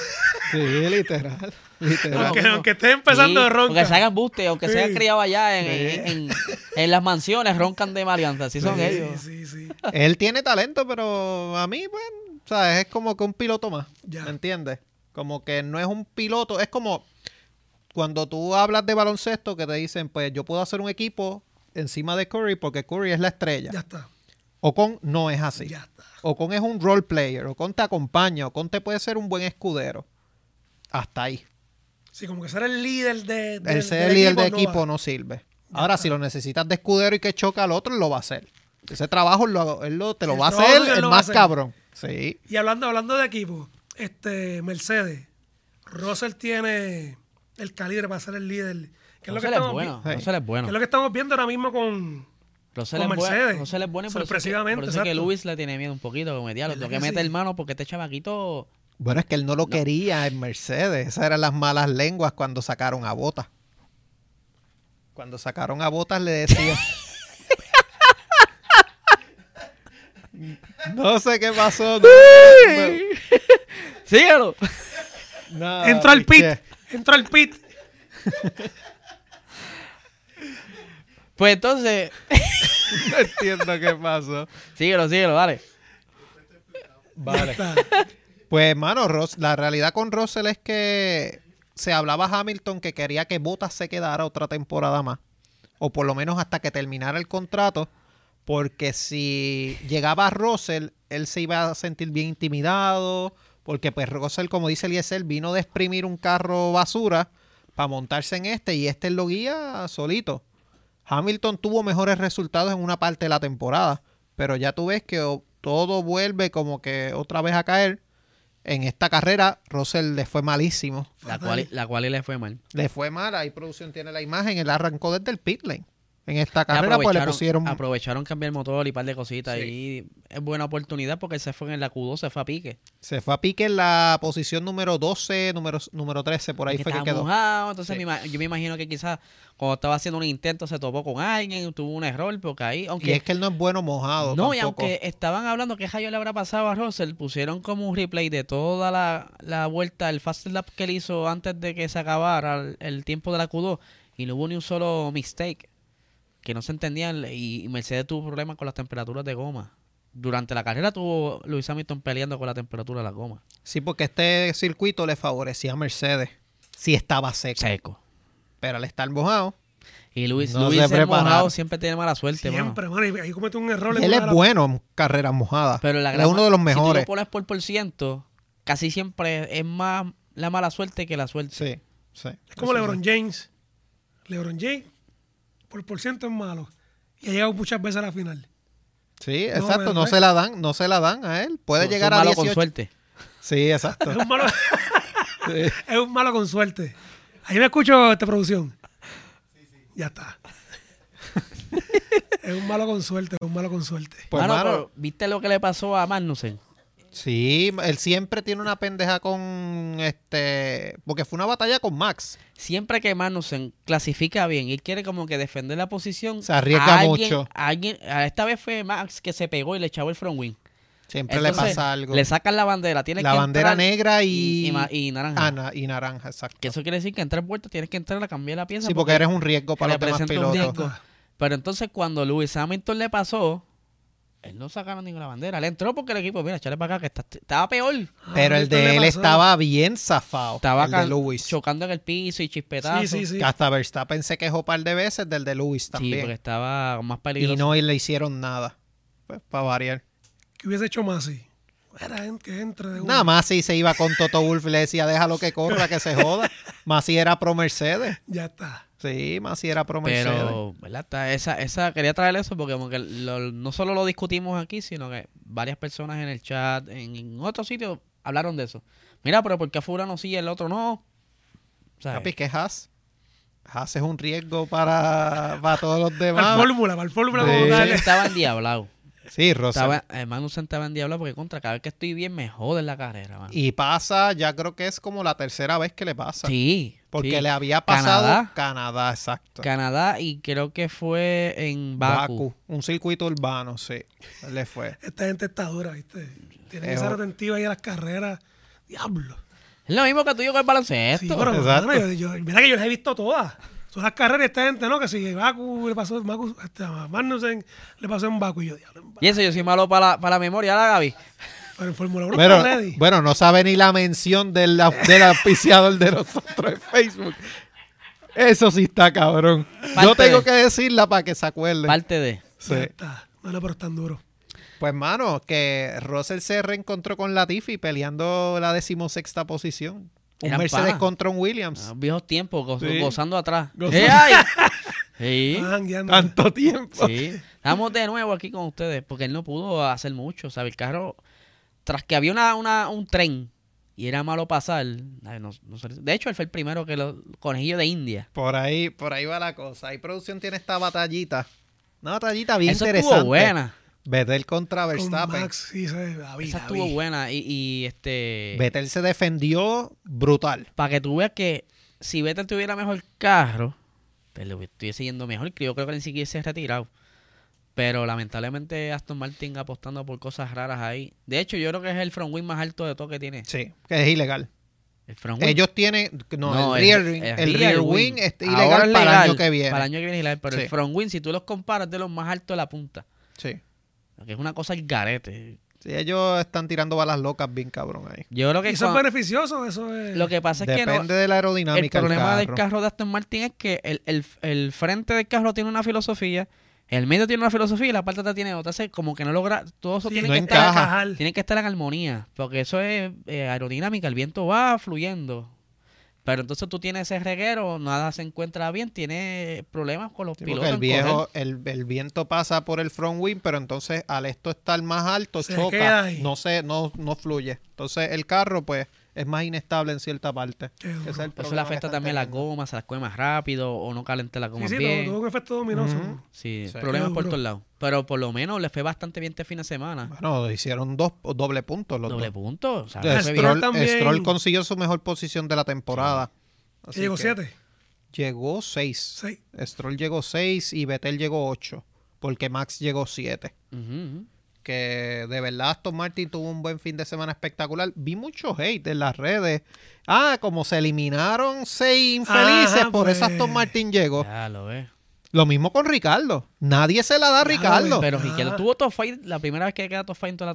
Sí, [laughs] literal, literal.
aunque,
no.
aunque esté empezando
Sí,
de ronca.
Aunque se hagan buste, aunque se hayan
Sí.
criado allá en, en- en- en las mansiones, roncan de marianza. Así son
Sí,
ellos.
Sí, sí.
él tiene talento, pero a mí, pues, ¿sabes? Es como que un piloto más.
Ya.
¿Me entiendes? Como que no es un piloto. Es como cuando tú hablas de baloncesto que te dicen, pues, yo puedo hacer un equipo encima de Curry porque Curry es la estrella.
Ya está.
Ocon no es así.
Ya está.
Ocon es un role player. Ocon te acompaña. Ocon te puede ser un buen escudero. Hasta ahí.
Sí, como que ser el líder de, del-
El ser
del
el líder de
no
equipo
va.
no sirve. Ahora, si lo necesitas de escudero y que choca al otro, él lo va a hacer. Ese trabajo lo- él lo- te lo
El
va a
trabajo
hacer
que él
el
lo va a
más
hacer.
cabrón. Sí.
Y hablando, hablando de equipo, este Mercedes, Russell tiene el calibre para ser el líder. Que es lo que
Russell es
estamos vi-
bueno.
Sí.
Russell es
que es lo
bueno.
que estamos viendo ahora mismo con
Russell
con
es bueno.
Mercedes.
Russell es bueno y por eso, es que,
Sorpresivamente,
por eso es que
exacto.
Luis le tiene miedo un poquito. Como diablo, tengo
¿Verdad
que
que
meter
sí?
mano porque este chamaquito.
Bueno, es que él no lo quería en Mercedes. Esas eran las malas lenguas cuando sacaron a Botas. Cuando sacaron a Botas le decían...
[laughs]
no sé qué pasó. no- no-
¡Síguelo! [laughs]
No,
Entró al pit.
piché.
Entró al pit.
Pues entonces.
[laughs] No entiendo qué pasó.
Síguelo, síguelo, dale.
Vale.
Está.
Pues, mano, Ros- la realidad con Russell es que se hablaba Hamilton que quería que Bottas se quedara otra temporada más. O por lo menos hasta que terminara el contrato. Porque si llegaba Russell, él se iba a sentir bien intimidado. Porque pues Russell, como dice Eliezer, vino de exprimir un carro basura para montarse en este y este lo guía solito. Hamilton tuvo mejores resultados en una parte de la temporada, pero ya tú ves que o- todo vuelve como que otra vez a caer. En esta carrera, Russell le fue malísimo.
La
Fatal.
cual, la cual le fue mal.
Le fue mal, ahí producción tiene la imagen, él arrancó desde el pit lane. En esta
Ya
carrera pues le pusieron...
aprovecharon cambiar el motor y un par de cositas.
Sí.
Y es buena oportunidad porque se fue en la Q2, se fue a pique.
Se fue a pique en la posición número 12, número, número 13, por ahí
Porque
fue que
estaba
quedó.
mojado, entonces
Sí.
me ima- yo me imagino que quizás cuando estaba haciendo un intento se topó con alguien, tuvo un error, porque ahí,
Y
aunque...
es que él no es bueno mojado.
no, y
tampoco.
aunque estaban hablando que Jayo le habrá pasado a Russell, pusieron como un replay de toda la, la vuelta, el fast lap que él hizo antes de que se acabara el, el tiempo de la Q2, y no hubo ni un solo mistake, que no se entendían, y, y Mercedes tuvo problemas con las temperaturas de goma. Durante la carrera tuvo Lewis Hamilton peleando con la temperatura de la goma.
Sí, porque este circuito le favorecía a Mercedes. Si estaba seco.
Seco.
Pero al estar mojado,
Y Luis,
No
Luis
se
en mojado
prepararon.
siempre tiene mala suerte, mano.
Siempre, mano. y Ahí comete un error. en
Él
una
es
de las-
bueno en carreras mojadas.
Pero la
Él
gran
es uno de los mejores.
Si tú lo pones por por ciento, casi siempre es más la mala suerte que la suerte.
Sí, sí.
Es como LeBron James. LeBron James, por por ciento es malo. Y ha llegado muchas veces a la final.
Sí,
No, eh.
exacto. No
¿verdad?
se la dan, no se la dan a él. Puede
Son- son
llegar a
malos
18.
con suerte.
Sí,
[laughs]
Es
exacto.
un
[laughs]
malo,
Sí.
es un malo con suerte. Ahí me escucho esta producción.
[laughs]
Ya está. es un malo con suerte, es un malo con suerte.
Pues,
Mano,
mano,
pero ¿viste lo que le pasó a Magnussen?
Sí, él siempre tiene una pendeja con este. Porque fue una batalla con Max.
Siempre que Magnussen clasifica bien y quiere como que defender la posición,
Se arriesga
a alguien-
mucho.
a alguien, a esta vez fue Max que se pegó y le echaba el front wing.
Siempre
Entonces,
le pasa algo.
Le sacan la bandera, tiene
la
que
bandera
entrar
negra
y,
y,
y ma- y naranja.
Ah, na- y naranja, exacto.
Que eso quiere decir que en tres vueltas tienes que entrar a cambiar la pieza.
Sí, porque eres un riesgo para los demás
representa un
pilotos.
riesgo. Pero entonces cuando Lewis Hamilton le pasó, él no sacaron ninguna bandera. Le entró porque el equipo, mira, échale para acá, que está- estaba peor.
Pero el
Hamilton
de
Ah, le
él
pasó.
estaba bien zafado.
Estaba
el
ca-
de Lewis.
chocando en el piso y chispetazo.
Sí, sí, sí.
Que hasta Verstappen se quejó un par de veces del de Lewis
Sí, porque
también.
estaba más peligroso.
y no y le hicieron nada. Pues para variar.
¿Qué hubiese hecho más así? Era gente que entra de una.
Nada más si se iba con Toto Wolff le decía, déjalo que corra, que se
[laughs]
joda. Más si era pro Mercedes.
Ya está.
Sí, más si era pro Mercedes.
Pero, ¿verdad? Está- Esa, esa, quería traer eso porque como que lo- no solo lo discutimos aquí, sino que varias personas en el chat, en, en otros sitios, hablaron de eso. Mira, pero ¿por qué a Fulano sí y el otro no? ¿Sabes?
Papi, ¿qué es Haas? Haas es un riesgo para, para todos
[laughs]
los
Para
demás.
fórmula, para el fórmula
Sí.
como
Magnussen
tal.
estaba endiablado.
Sí, Rosa.
Estaba, eh, Magnussen estaba endiablado porque contra cada vez que estoy bien me jode la carrera, mano.
Y pasa, ya creo que es como la tercera vez que le pasa.
Sí.
Porque
sí.
le había pasado
Canadá.
Canadá, exacto.
Canadá y creo que fue en Baku.
Baku, un circuito urbano, sí. Le fue.
Esta gente está dura, ¿viste? Tienen que
Ejo.
ser atentiva ahí a las carreras. Diablo.
Es lo mismo que tú y yo con el baloncesto.
Sí, pero,
exacto.
mano, yo- yo- mira que yo las he visto todas. Son las carreras de esta gente, ¿no? Que si Baku le pasó, Baku, hasta a Magnussen le pasó en Baku y yo, diablo, en Baku.
Y eso yo soy malo para la, para la memoria, ¿la Gaby?
Pero en Fórmula 1
Pero,
está ready.
bueno, no sabe ni la mención del, del auspiciador de nosotros en Facebook. Eso sí está cabrón. Yo
Parte
tengo
de-
que decirla para que se acuerde.
Parte de...
Sí.
Ya está. Mano, pero están duros.
Pues, mano, que Russell se reencontró con Latifi peleando la decimosexta posición. Un
Eran
Mercedes
panas.
contra un Williams.
Ah, viejos tiempos, goz-
Sí. Ah,
gozando atrás.
Gozando.
¿Qué hay?
[laughs]
Sí,
Estaban guiando.
Tanto tiempo.
Ah, sí. Estamos de nuevo aquí con ustedes porque él no pudo hacer mucho. ¿sabes? El carro, tras que había una, una- un tren y era malo pasar, ay, no- no sé. de hecho, él fue el primero que los conejillos de India.
Por ahí, por ahí va la cosa. Ahí producción tiene esta batallita. Una batallita bien
Eso
interesante.
estuvo buena.
Vettel contra
Con
Verstappen.
Max, sí, se, la vi,
Esa
la
estuvo
vi.
buena. Y, y, este,
Vettel se defendió brutal.
para que tú veas que si Vettel tuviera mejor carro, pues le estuviese yendo mejor. que Yo creo que ni siquiera se ha retirado. Pero lamentablemente Aston Martin apostando por cosas raras ahí. De hecho, yo creo que es el front wing más alto de todo que tiene.
Sí, que es ilegal.
El front wing.
Ellos tienen. No,
No,
el, rear wing. El, rear wing, es
Ahora
ilegal
es
para el
legal,
año que viene.
Para el año que viene es ilegal, Pero el
Sí.
front wing, si tú los comparas, de los más altos de la punta.
Sí.
Que es una cosa el garete.
Sí, ellos están tirando balas locas bien cabrón ahí.
Yo creo
Y
que
eso es
cuan-
beneficioso, eso es.
lo que pasa es que no,
Depende de la
el
aerodinámica. del
problema del
carro.
carro de Aston Martin es que el, el- el frente del carro tiene una filosofía, el medio tiene una filosofía y la parte atrás tiene otra. Entonces, como que no logra, todo eso
Sí,
tiene,
no
que
encaja.
estar,
encajar.
tiene que estar en armonía, porque eso es eh, aerodinámica, el viento va fluyendo. Pero entonces tú tienes ese reguero, nada se encuentra bien, tiene problemas con los
Sí, porque
pilotos.
el,
en
viejo,
correr.
el, el viento pasa por el front wing, pero entonces al esto estar más alto,
Se queda
choca,
ahí.
no, se, no, no fluye. Entonces el carro pues es más inestable en cierta parte.
Qué duro.
Ese es el
Eso le
problema que
afecta
están
también las
teniendo.
gomas, se las come más rápido o no caliente las
Sí,
gomas
sí,
bien.
tuvo tuvo un efecto dominoso.
Ujú.
Sí,
Sí.
problemas
Qué
por
duro.
todos lados. Pero por lo menos le fue bastante bien este fin de semana.
Bueno, hicieron dos doble puntos los
Doble
dos.
punto. o sea,
Eh,
fue bien.
Stroll,
Ah, también.
Stroll consiguió su mejor posición de la temporada. Así
Que llegó
que
siete.
Llegó seis.
Seis.
Stroll llegó seis y Vettel llegó ocho, porque Max llegó siete.
Ujú, ujú.
que de verdad Aston Martin tuvo un buen fin de semana espectacular. Vi mucho hate en las redes. Ah, como se eliminaron seis infelices,
Ajá,
por
pues.
eso Aston Martin llegó.
Ya lo ves.
Lo mismo con Ricardo. Nadie se la da a
Ya,
Ricardo, pero,
Pero Riquelme tuvo top fight la primera vez que queda top fight en toda la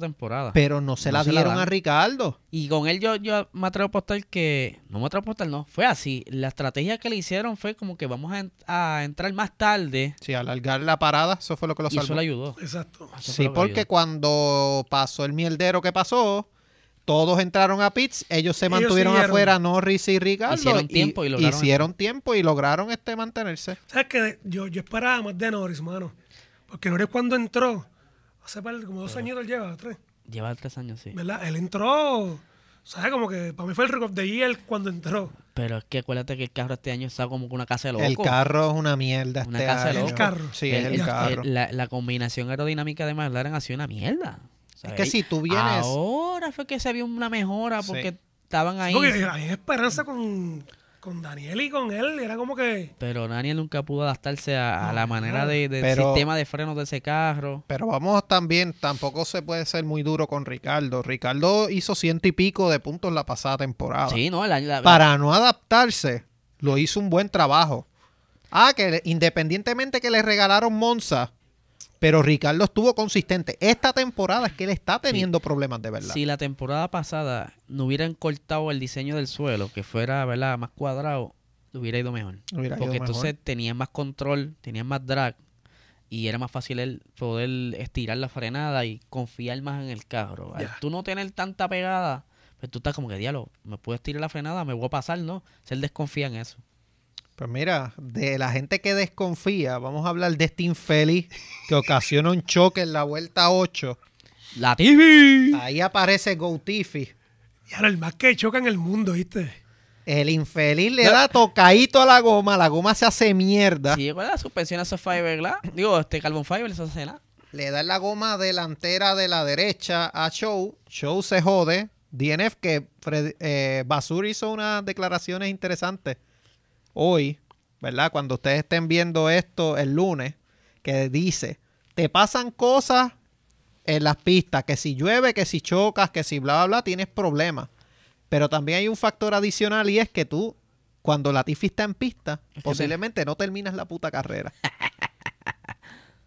no
temporada.
se
No
la
se la
dieron
dan.
a Ricardo.
y con él yo, yo me atrevo a apostar que. No me atrevo a apostar, no. Fue así. La estrategia que le hicieron fue como que vamos a, en- a entrar más tarde.
Sí, alargar la parada, eso fue lo que lo
y eso
salvó.
le ayudó.
Exacto.
Eso fue
Sí,
lo que
porque
ayudó.
cuando pasó el mierdero que pasó, todos entraron a pits, ellos se
Ellos
mantuvieron
siguieron.
afuera, Norris y Ricardo.
Hicieron tiempo y lograron-
hicieron tiempo y lograron este mantenerse.
¿Sabes qué? Yo, yo esperaba más de Norris, mano. Porque Norris cuando entró, hace par- como dos añitos él lleva, tres,
Lleva tres años, sí.
¿verdad? Él entró, ¿sabes? Como que para mí fue el record de Year cuando entró.
Pero es que acuérdate que el carro este año está como que una casa de locos.
El carro es una mierda.
Una
este
casa de
año.
locos.
El carro.
Sí, es el,
el- eh,
carro.
el- la, la combinación aerodinámica de McLaren ha sido una mierda. O sea,
Es que
y-
si tú vienes-
Ahora fue que se vio una mejora
Sí.
porque estaban ahí.
Porque había esperanza con, con Daniel y con él. Era como que.
Pero Daniel nunca pudo adaptarse a, a la manera de, del
Pero-
sistema de frenos de ese carro.
Pero vamos también, tampoco se puede ser muy duro con Ricardo. Ricardo hizo ciento y pico de puntos la pasada temporada.
Sí, no, la- la-
Ah, Para no adaptarse, lo hizo un buen trabajo. Ah, que le- independientemente que le regalaron Monza, pero Ricardo estuvo consistente. Esta temporada es que él está teniendo problemas de verdad.
si la temporada pasada no hubieran cortado el diseño del suelo, que fuera ¿verdad? más cuadrado, le hubiera ido mejor.
Hubiera ido
porque
mejor.
entonces tenía más control, tenía más drag y era más fácil el poder estirar la frenada y confiar más en el carro. Al
Ya.
tú no tener tanta pegada, pues tú estás como que, diablo, me puedes tirar la frenada, me voy a pasar, ¿no? O sea, él desconfía en eso.
Pues mira, de la gente que desconfía, vamos a hablar de este infeliz que ocasiona un choque en la vuelta 8.
¡La TV!
Ahí aparece Goutifi.
Y ahora el más que choca en el mundo, ¿viste?
El infeliz le da tocadito a la goma, la goma se hace mierda.
Sí, ¿verdad? Suspensión a esos fiberglass. Digo, este carbon fiber, eso hace nada.
Le da en la goma delantera de la derecha a Show. Show se jode. DNF, que Fred- eh, Basur hizo unas declaraciones interesantes hoy, ¿verdad? Cuando ustedes estén viendo esto el lunes, que dice, te pasan cosas en las pistas, que si llueve, que si chocas, que si bla, bla, bla, tienes problemas. Pero también hay un factor adicional y es que tú, cuando la Latifi está en pista,
que te-
posiblemente no terminas la puta carrera.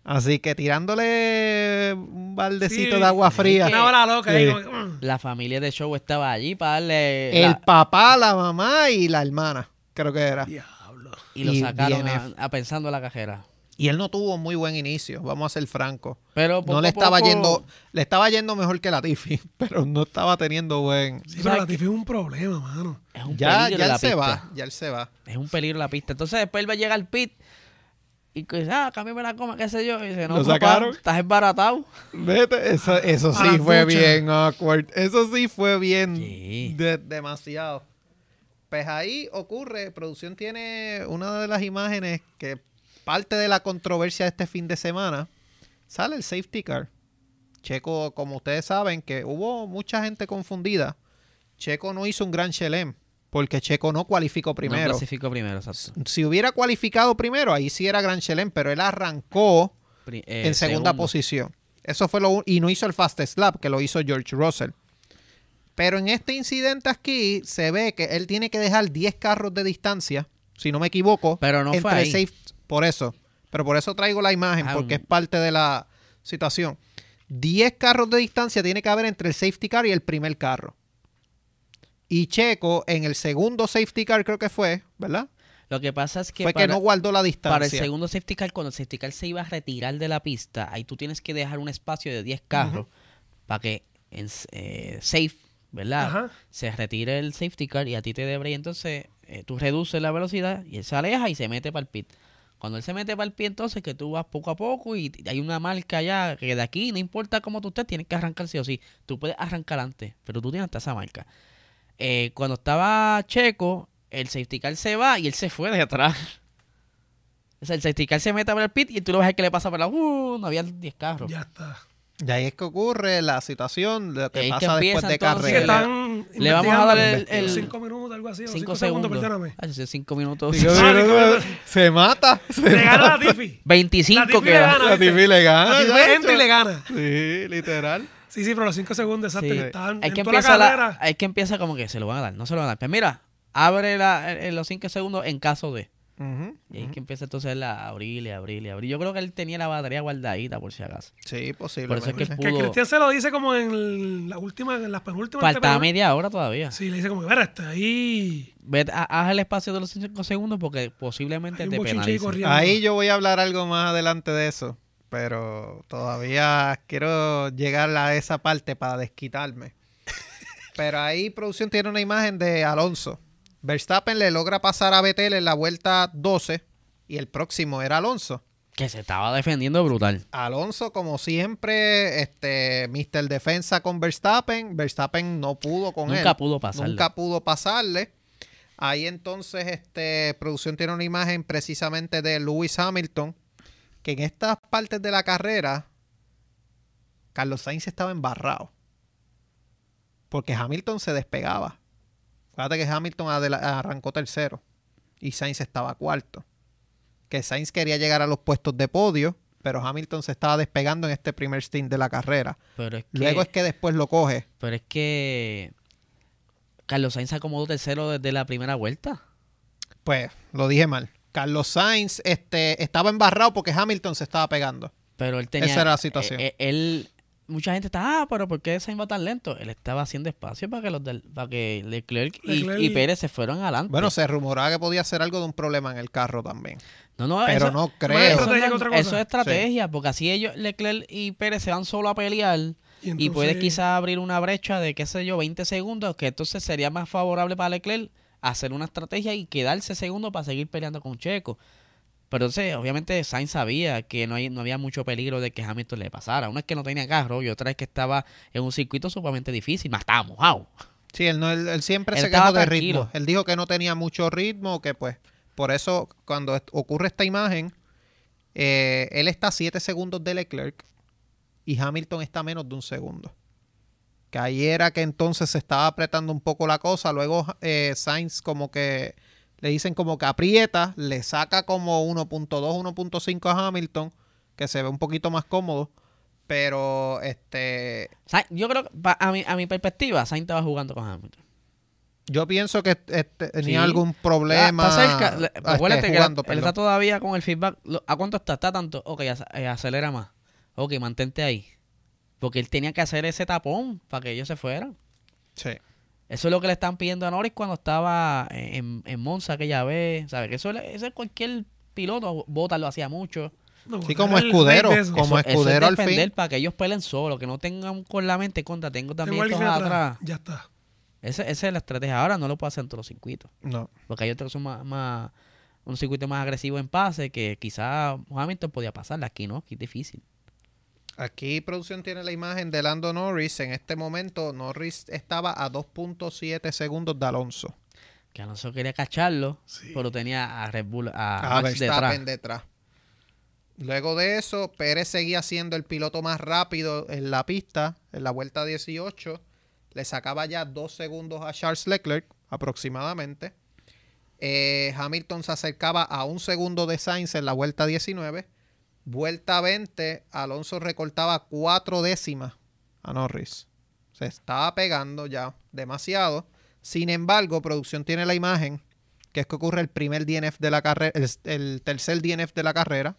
Así que tirándole un baldecito
Sí,
de agua fría.
Una hora loca. ahí
Sí.
como que, mm.
La familia de Show estaba allí para darle...
El
la-
papá, la mamá y la hermana, creo que era.
Diablo.
y lo
y
sacaron a,
DNF.
a pensando la cajera.
Y él no tuvo muy buen inicio, vamos a ser francos.
Pero poco
No le
a
estaba
poco-
yendo, le estaba yendo mejor que la Tiffy, [laughs] pero no estaba teniendo buen.
Sí, pero la Tiffy es un problema, mano.
Es un
Ya,
peligro
ya
la
él se
pista.
va, ya él se va.
Es un peligro la pista. Entonces después él va a llegar al pit y que, ah, cámbiame la coma, qué sé yo. Y dice, no,
Lo
papá,
sacaron.
estás embaratado.
Vete, eso, eso
A
Ah,
sí
la
fue
ducha.
bien awkward. Eso sí fue bien
Sí.
de- demasiado. Pues ahí ocurre, producción tiene una de las imágenes que parte de la controversia de este fin de semana. Sale el safety car. Checo, como ustedes saben, que hubo mucha gente confundida. Checo no hizo un gran chelem porque Checo no cualificó
No
primero
clasificó primero, exacto.
si hubiera cualificado primero, ahí sí era Gran Chelem, pero él arrancó
Pri- eh,
en segunda
segundo.
posición. Eso fue lo un- y no hizo el fast slap que lo hizo George Russell. Pero en este incidente aquí se ve que él tiene que dejar 10 carros de distancia, si no me equivoco.
Pero no fue
entre
ahí.
safe- por eso. Pero por eso traigo la imagen
Ah,
porque
un-
es parte de la situación. 10 carros de distancia tiene que haber entre el safety car y el primer carro. Y Checo en el segundo safety car creo que fue, ¿verdad?
Lo que pasa es que,
fue
para,
que no guardó la
para el
distancia.
segundo safety car, cuando el safety car se iba a retirar de la pista, ahí tú tienes que dejar un espacio de 10 carros para que en eh, safe, ¿verdad?
Ajá.
Se retire el safety car y a ti te debre y entonces eh, tú reduces la velocidad y él se aleja y se mete para el pit. Cuando él se mete para el pit, entonces que tú vas poco a poco y t- hay una marca ya que de aquí, no importa cómo tú estés, tienes que arrancar sí o sí. Tú puedes arrancar antes, pero tú tienes hasta esa marca. Eh, cuando estaba Checo, el safety car se va y él se fue de atrás. [laughs] O sea, el safety car se mete para el pit y tú lo ves que le pasa para la... Uh, no había 10 carros.
Ya está.
Y ahí es que ocurre la situación de lo
Ahí
que
es que
pasa después
empiezan
de
todos los
Así
carrera.
que
le-
están.
le vamos a dar el-
investigando.
el-
Cinco minutos, algo así.
5
5
segundos.
segundos, perdóname.
Ah, sí, cinco minutos.
Digo,
Ah,
digo,
digo,
se
[laughs]
mata. Se
Le
[laughs] mata.
gana la Tiffy.
25
Latifi le
queda.
gana.
La TV le gana.
La Tiffy
Ah, ya,
entra y
hecho.
le gana.
Sí, literal.
Sí, sí, pero los cinco segundos, exacto.
Sí.
y Están
Hay que
en toda la
empieza la-
carrera.
hay que empieza como que se lo van a dar, no se lo van a dar. Pero mira, abre la- eh, eh, los 5 segundos en caso de.
Ujú.
Y ahí es que empieza entonces él a abrir y abrir y abrir. Yo creo que él tenía la batería guardadita por si acaso.
Sí, posible.
Por eso es que
Que
pudo-
Cristian se lo dice como en el- la última, en las penúltimas.
Faltaba
antepenúltimas.
media hora todavía.
Sí, le dice como que, verá, está ahí.
Vete, ha- haz el espacio de los 5 segundos porque posiblemente
Hay un
te
bochinche ahí
penalice.
corriendo.
Ahí yo voy a hablar algo más adelante de eso. Pero todavía quiero llegar a esa parte para
[laughs]
desquitarme. Pero ahí producción tiene una imagen de Alonso. Verstappen le logra pasar a Betel en la vuelta 12 y el próximo era Alonso.
Que se estaba defendiendo brutal.
Alonso, como siempre, este Mr. Defensa con Verstappen. Verstappen no pudo con él.
Nunca pudo pasarle.
Nunca pudo pasarle. Ahí entonces, este, producción tiene una imagen precisamente de Lewis Hamilton, que en estas partes de la carrera Carlos Sainz estaba embarrado. Porque Hamilton se despegaba. Fíjate que Hamilton adela- arrancó tercero y Sainz estaba cuarto. Que Sainz quería llegar a los puestos de podio, pero Hamilton se estaba despegando en este primer stint de la carrera.
Pero es que,
Luego es que después lo coge.
pero es que Carlos Sainz se acomodó tercero desde la primera vuelta.
Pues lo dije mal. Carlos Sainz este, estaba embarrado porque Hamilton se estaba pegando.
Pero él tenía.
Esa era la situación.
eh, eh, él, mucha gente está, ah, pero ¿por qué Sainz va tan lento? Él estaba haciendo espacio para que los del, para que Leclerc y,
Leclerc.
y Pérez se fueran adelante.
Bueno, se rumoraba que podía ser algo de un problema en el carro también.
no, no,
Pero
eso-
no
Eso,
creo.
estrategia
no-
que otra cosa.
eso es estrategia, porque así ellos, Leclerc y Pérez se van solo a pelear y,
entonces-
puede quizás abrir una brecha de, qué sé yo, 20 segundos, que entonces sería más favorable para Leclerc hacer una estrategia y quedarse segundo para seguir peleando con Checo. Pero entonces, obviamente, Sainz sabía que no, hay- no había mucho peligro de que Hamilton le pasara. Una es que no tenía carro y otra es que estaba en un circuito sumamente difícil, más estaba mojado.
Sí, él, no, él, él siempre
Él
se
estaba
quejó de
tranquilo.
ritmo. Él dijo que no tenía mucho ritmo, que pues por eso cuando est- ocurre esta imagen, eh, él está a 7 segundos de Leclerc y Hamilton está a menos de un segundo. Que ahí era que entonces se estaba apretando un poco la cosa. Luego eh, Sainz como que le dicen como que aprieta, le saca como 1.2, 1.5 a Hamilton, que se ve un poquito más cómodo. Pero este
Sainz- yo creo que, pa- a mi, a mi perspectiva, Sainz estaba jugando con Hamilton.
Yo pienso que este, tenía
Sí.
algún problema.
Ah, está cerca. Le-
Ah, este,
Acuérdate que
jugando,
él- él
perdón.
está todavía con el feedback. Lo- ¿A cuánto está? Está tanto. Ok, ac- eh, acelera más. Ok, mantente ahí. Porque él tenía que hacer ese tapón para que ellos se fueran.
Sí.
Eso es lo que le están pidiendo a Norris cuando estaba eh, en, en Monza aquella vez. ¿Sabes? Que eso, le- eso es cualquier piloto. Bota lo hacía mucho.
No,
Sí, como
el rey de
escudero,
eso.
como-
eso
escudero al
es defender
fin.
para que ellos peleen solo. Que no tengan con la mente contra. Tengo también
Tengo alguien
estos atrás.
Ya está.
Ese- esa es la estrategia. Ahora no lo puedo hacer en todos los circuitos.
No.
Porque hay otros que son más, más- un circuito más agresivo en pase que quizá Hamilton podía pasarla. Aquí no, aquí es difícil.
Aquí producción tiene la imagen de Lando Norris. En este momento Norris estaba a 2.7 segundos de Alonso.
Que Alonso quería cacharlo,
Sí.
pero tenía a Red Bull, a,
A
Max
Verstappen
Ah, detrás.
detrás. Luego de eso, Pérez seguía siendo el piloto más rápido en la pista, en la vuelta 18. Le sacaba ya dos segundos a Charles Leclerc, aproximadamente. Eh, Hamilton se acercaba a un segundo de Sainz en la vuelta 19. Vuelta 20, Alonso recortaba cuatro décimas a Norris. Se estaba pegando ya demasiado. Sin embargo, producción tiene la imagen que es que ocurre el primer DNF de la carrera, el, el tercer DNF de la carrera,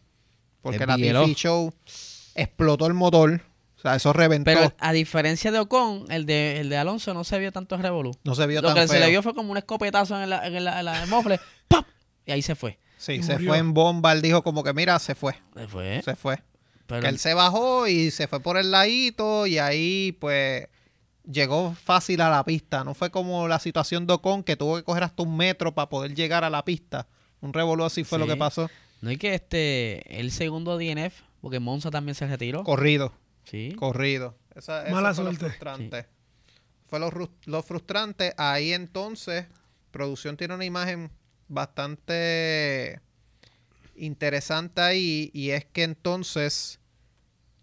porque
El
la
bieló.
TV Show explotó el motor, o sea, eso reventó.
Pero a diferencia de Ocon, el de, el de Alonso no se vio tanto revolú.
no se vio
Lo
tan
que se
feo.
le vio fue como un escopetazo en, la, en, la- en la- en el mofle. [laughs] ¡pap! Y ¿Eh? ahí se fue.
Sí,
Y
se
murió.
fue en bomba, él dijo como que mira, se fue,
Se fue.
se fue.
pero
Que él se bajó y se fue por el ladito y ahí pues llegó fácil a la pista. No fue como la situación de Ocon que tuvo que coger hasta un metro para poder llegar a la pista. Un revolú así fue lo
Sí.
que pasó.
no hay que este, el segundo DNF, porque Monza también se retiró.
Corrido,
Sí.
corrido. Esa, eso
Mala
fue lo
suerte.
frustrante. Fue lo, rus- lo frustrante. Ahí entonces, producción tiene una imagen bastante interesante ahí y es que entonces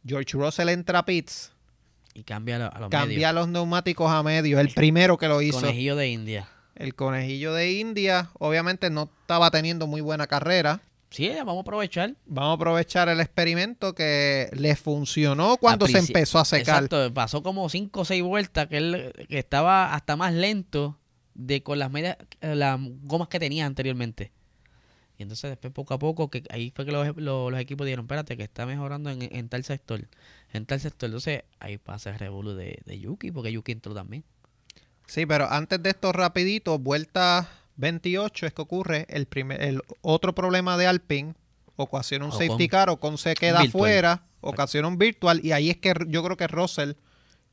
George Russell entra a pits.
Y cambia a lo- a los
Cambia
medios.
los neumáticos a medio. El primero que lo hizo.
Conejillo de India.
El conejillo de India. Obviamente no estaba teniendo muy buena carrera.
Sí, vamos a aprovechar.
Vamos a aprovechar el experimento que le funcionó cuando
Al
se
princi-
empezó a secar.
Exacto, pasó como cinco o seis vueltas que él que estaba hasta más lento de con las medias, eh, las gomas que tenía anteriormente. Y entonces después poco a poco, que ahí fue que los, los- los equipos dijeron, espérate, que está mejorando en, en tal sector, en tal sector. Entonces ahí pasa el revolú de, de Yuki, porque Yuki entró también.
Sí, pero antes de esto rapidito, vuelta 28 es que ocurre el primer, el otro problema de Alpine, ocasiona un
Ocon.
safety car, Ocon se queda
Virtual.
afuera, ocasiona un virtual y ahí es que yo creo que Russell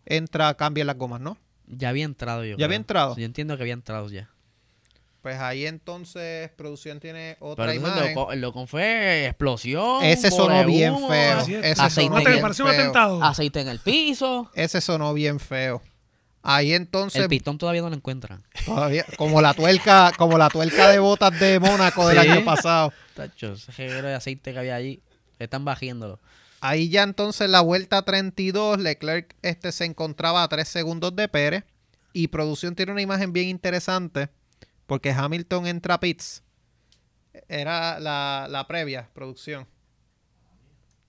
entra, cambia las gomas, ¿no?
Ya había entrado yo.
¿Ya había entrado?
Yo entiendo que había entrado ya.
Pues ahí entonces producción tiene otra
Pero entonces
imagen.
lo, con fue explosión.
Ese sonó
bola de
bien
humo,
feo.
así es.
Ese sonó
Mate,
Mate, me
bien
pareció un
feo.
atentado.
Aceite en el piso.
Ese sonó bien feo. Ahí entonces
El pistón todavía no lo encuentran.
todavía- como la tuerca, como la tuerca de botas de Mónaco del
Sí.
año pasado.
Tacho, ese reguero de aceite que había allí. Están bajiéndolo.
Ahí ya entonces la vuelta 32, Leclerc este, se encontraba a 3 segundos de Pérez. Y producción tiene una imagen bien interesante porque Hamilton entra a pits. Era la, la previa, producción.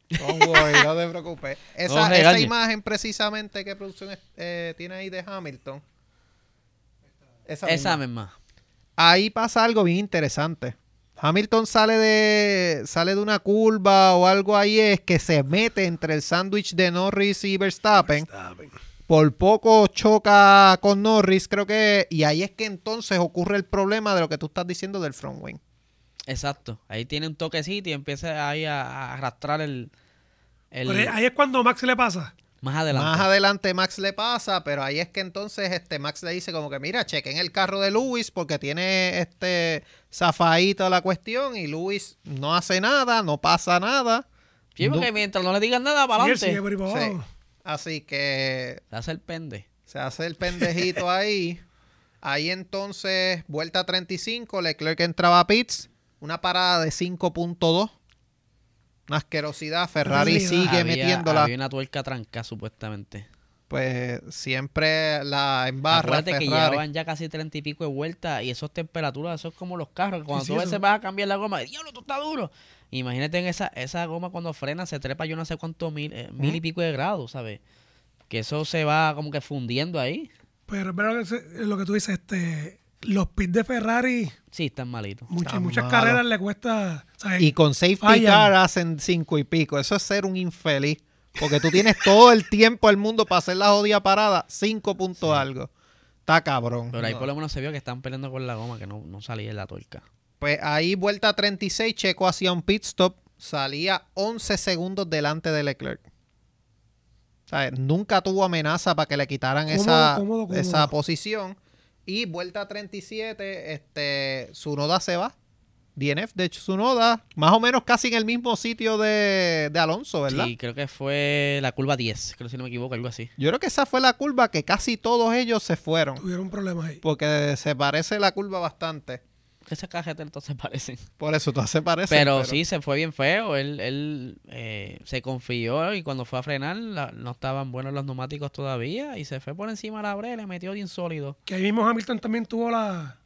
Don't worry, no te
[laughs]
preocupes. Esa,
No,
esa
regañe.
imagen precisamente que producción eh, tiene ahí de Hamilton. Esa misma.
Esa misma.
Ahí pasa algo bien interesante. Hamilton sale de sale de una curva o algo ahí es que se mete entre el sándwich de Norris y Verstappen.
Verstappen.
Por poco choca con Norris, creo que y ahí es que entonces ocurre el problema de lo que tú estás diciendo del front wing.
Exacto. Ahí tiene un toquecito y empieza ahí a, a arrastrar el, el-
Pero ahí es cuando Max le pasa.
más adelante.
Más adelante Max le pasa, pero ahí es que entonces este Max le dice como que mira, chequen el carro de Lewis porque tiene este zafadito la cuestión y Lewis no hace nada, no pasa nada.
Sí, porque mientras no le digan nada, para
Y él
adelante.
sigue por ahí para
Sí.
abajo.
Así que
Le hace el pende.
se hace el [laughs] pendejito ahí. Ahí entonces, vuelta 35, Leclerc entraba a pits, una parada de 5.2. Una asquerosidad, Ferrari
Barbaridad.
sigue
Había-
metiéndola.
Había una tuerca tranca, supuestamente.
Pues siempre la embarra
Acuérdate que
Ferrari.
llevaban ya casi treinta y pico de vueltas y esas temperaturas, eso es como los carros. que Cuando
Sí, sí,
tú a
eso.
veces vas a cambiar la goma, diablo, tú estás duro. Imagínate en esa, esa goma cuando frena, se trepa yo no sé cuántos mil, eh, mil y pico de grados, ¿sabes? Que eso se va como que fundiendo ahí.
Pues, Pero es verdad que se- lo que tú dices, este, los pits de Ferrari,
Sí, están malitos.
muchas,
Tan
muchas
malo.
carreras le cuesta. ¿sabes?
Y con safety
Fallan.
car hacen cinco y pico. Eso es ser un infeliz. Porque tú tienes todo el tiempo del mundo para hacer la jodida parada. Cinco puntos algo. Está cabrón.
Pero ahí
No.
por lo menos se vio que están peleando con la goma, que no, no salía de la tuerca.
Pues ahí vuelta 36, Checo hacía un pit stop, salía 11 segundos delante de Leclerc. O sea, Nunca tuvo amenaza para que le quitaran
Cómodo,
esa,
cómodo, cómodo.
esa posición. Y vuelta 37, este, Sunoda se va. DNF, de hecho, Sunoda, más o menos casi en el mismo sitio de, de Alonso, ¿verdad?
Sí, creo que fue la curva 10, creo si no me equivoco, algo así.
Yo creo que esa fue la curva que casi todos ellos se fueron.
Tuvieron problemas ahí.
Porque se parece la curva bastante.
Esas cajetas entonces [laughs] parecen.
Por eso [laughs] todas se parecen.
Pero, sí, se fue bien feo. Él, él eh, se confió y cuando fue a frenar la- no estaban buenos los neumáticos todavía y se fue por encima de la brea y le metió de insólido.
Que ahí mismo Hamilton también tuvo la.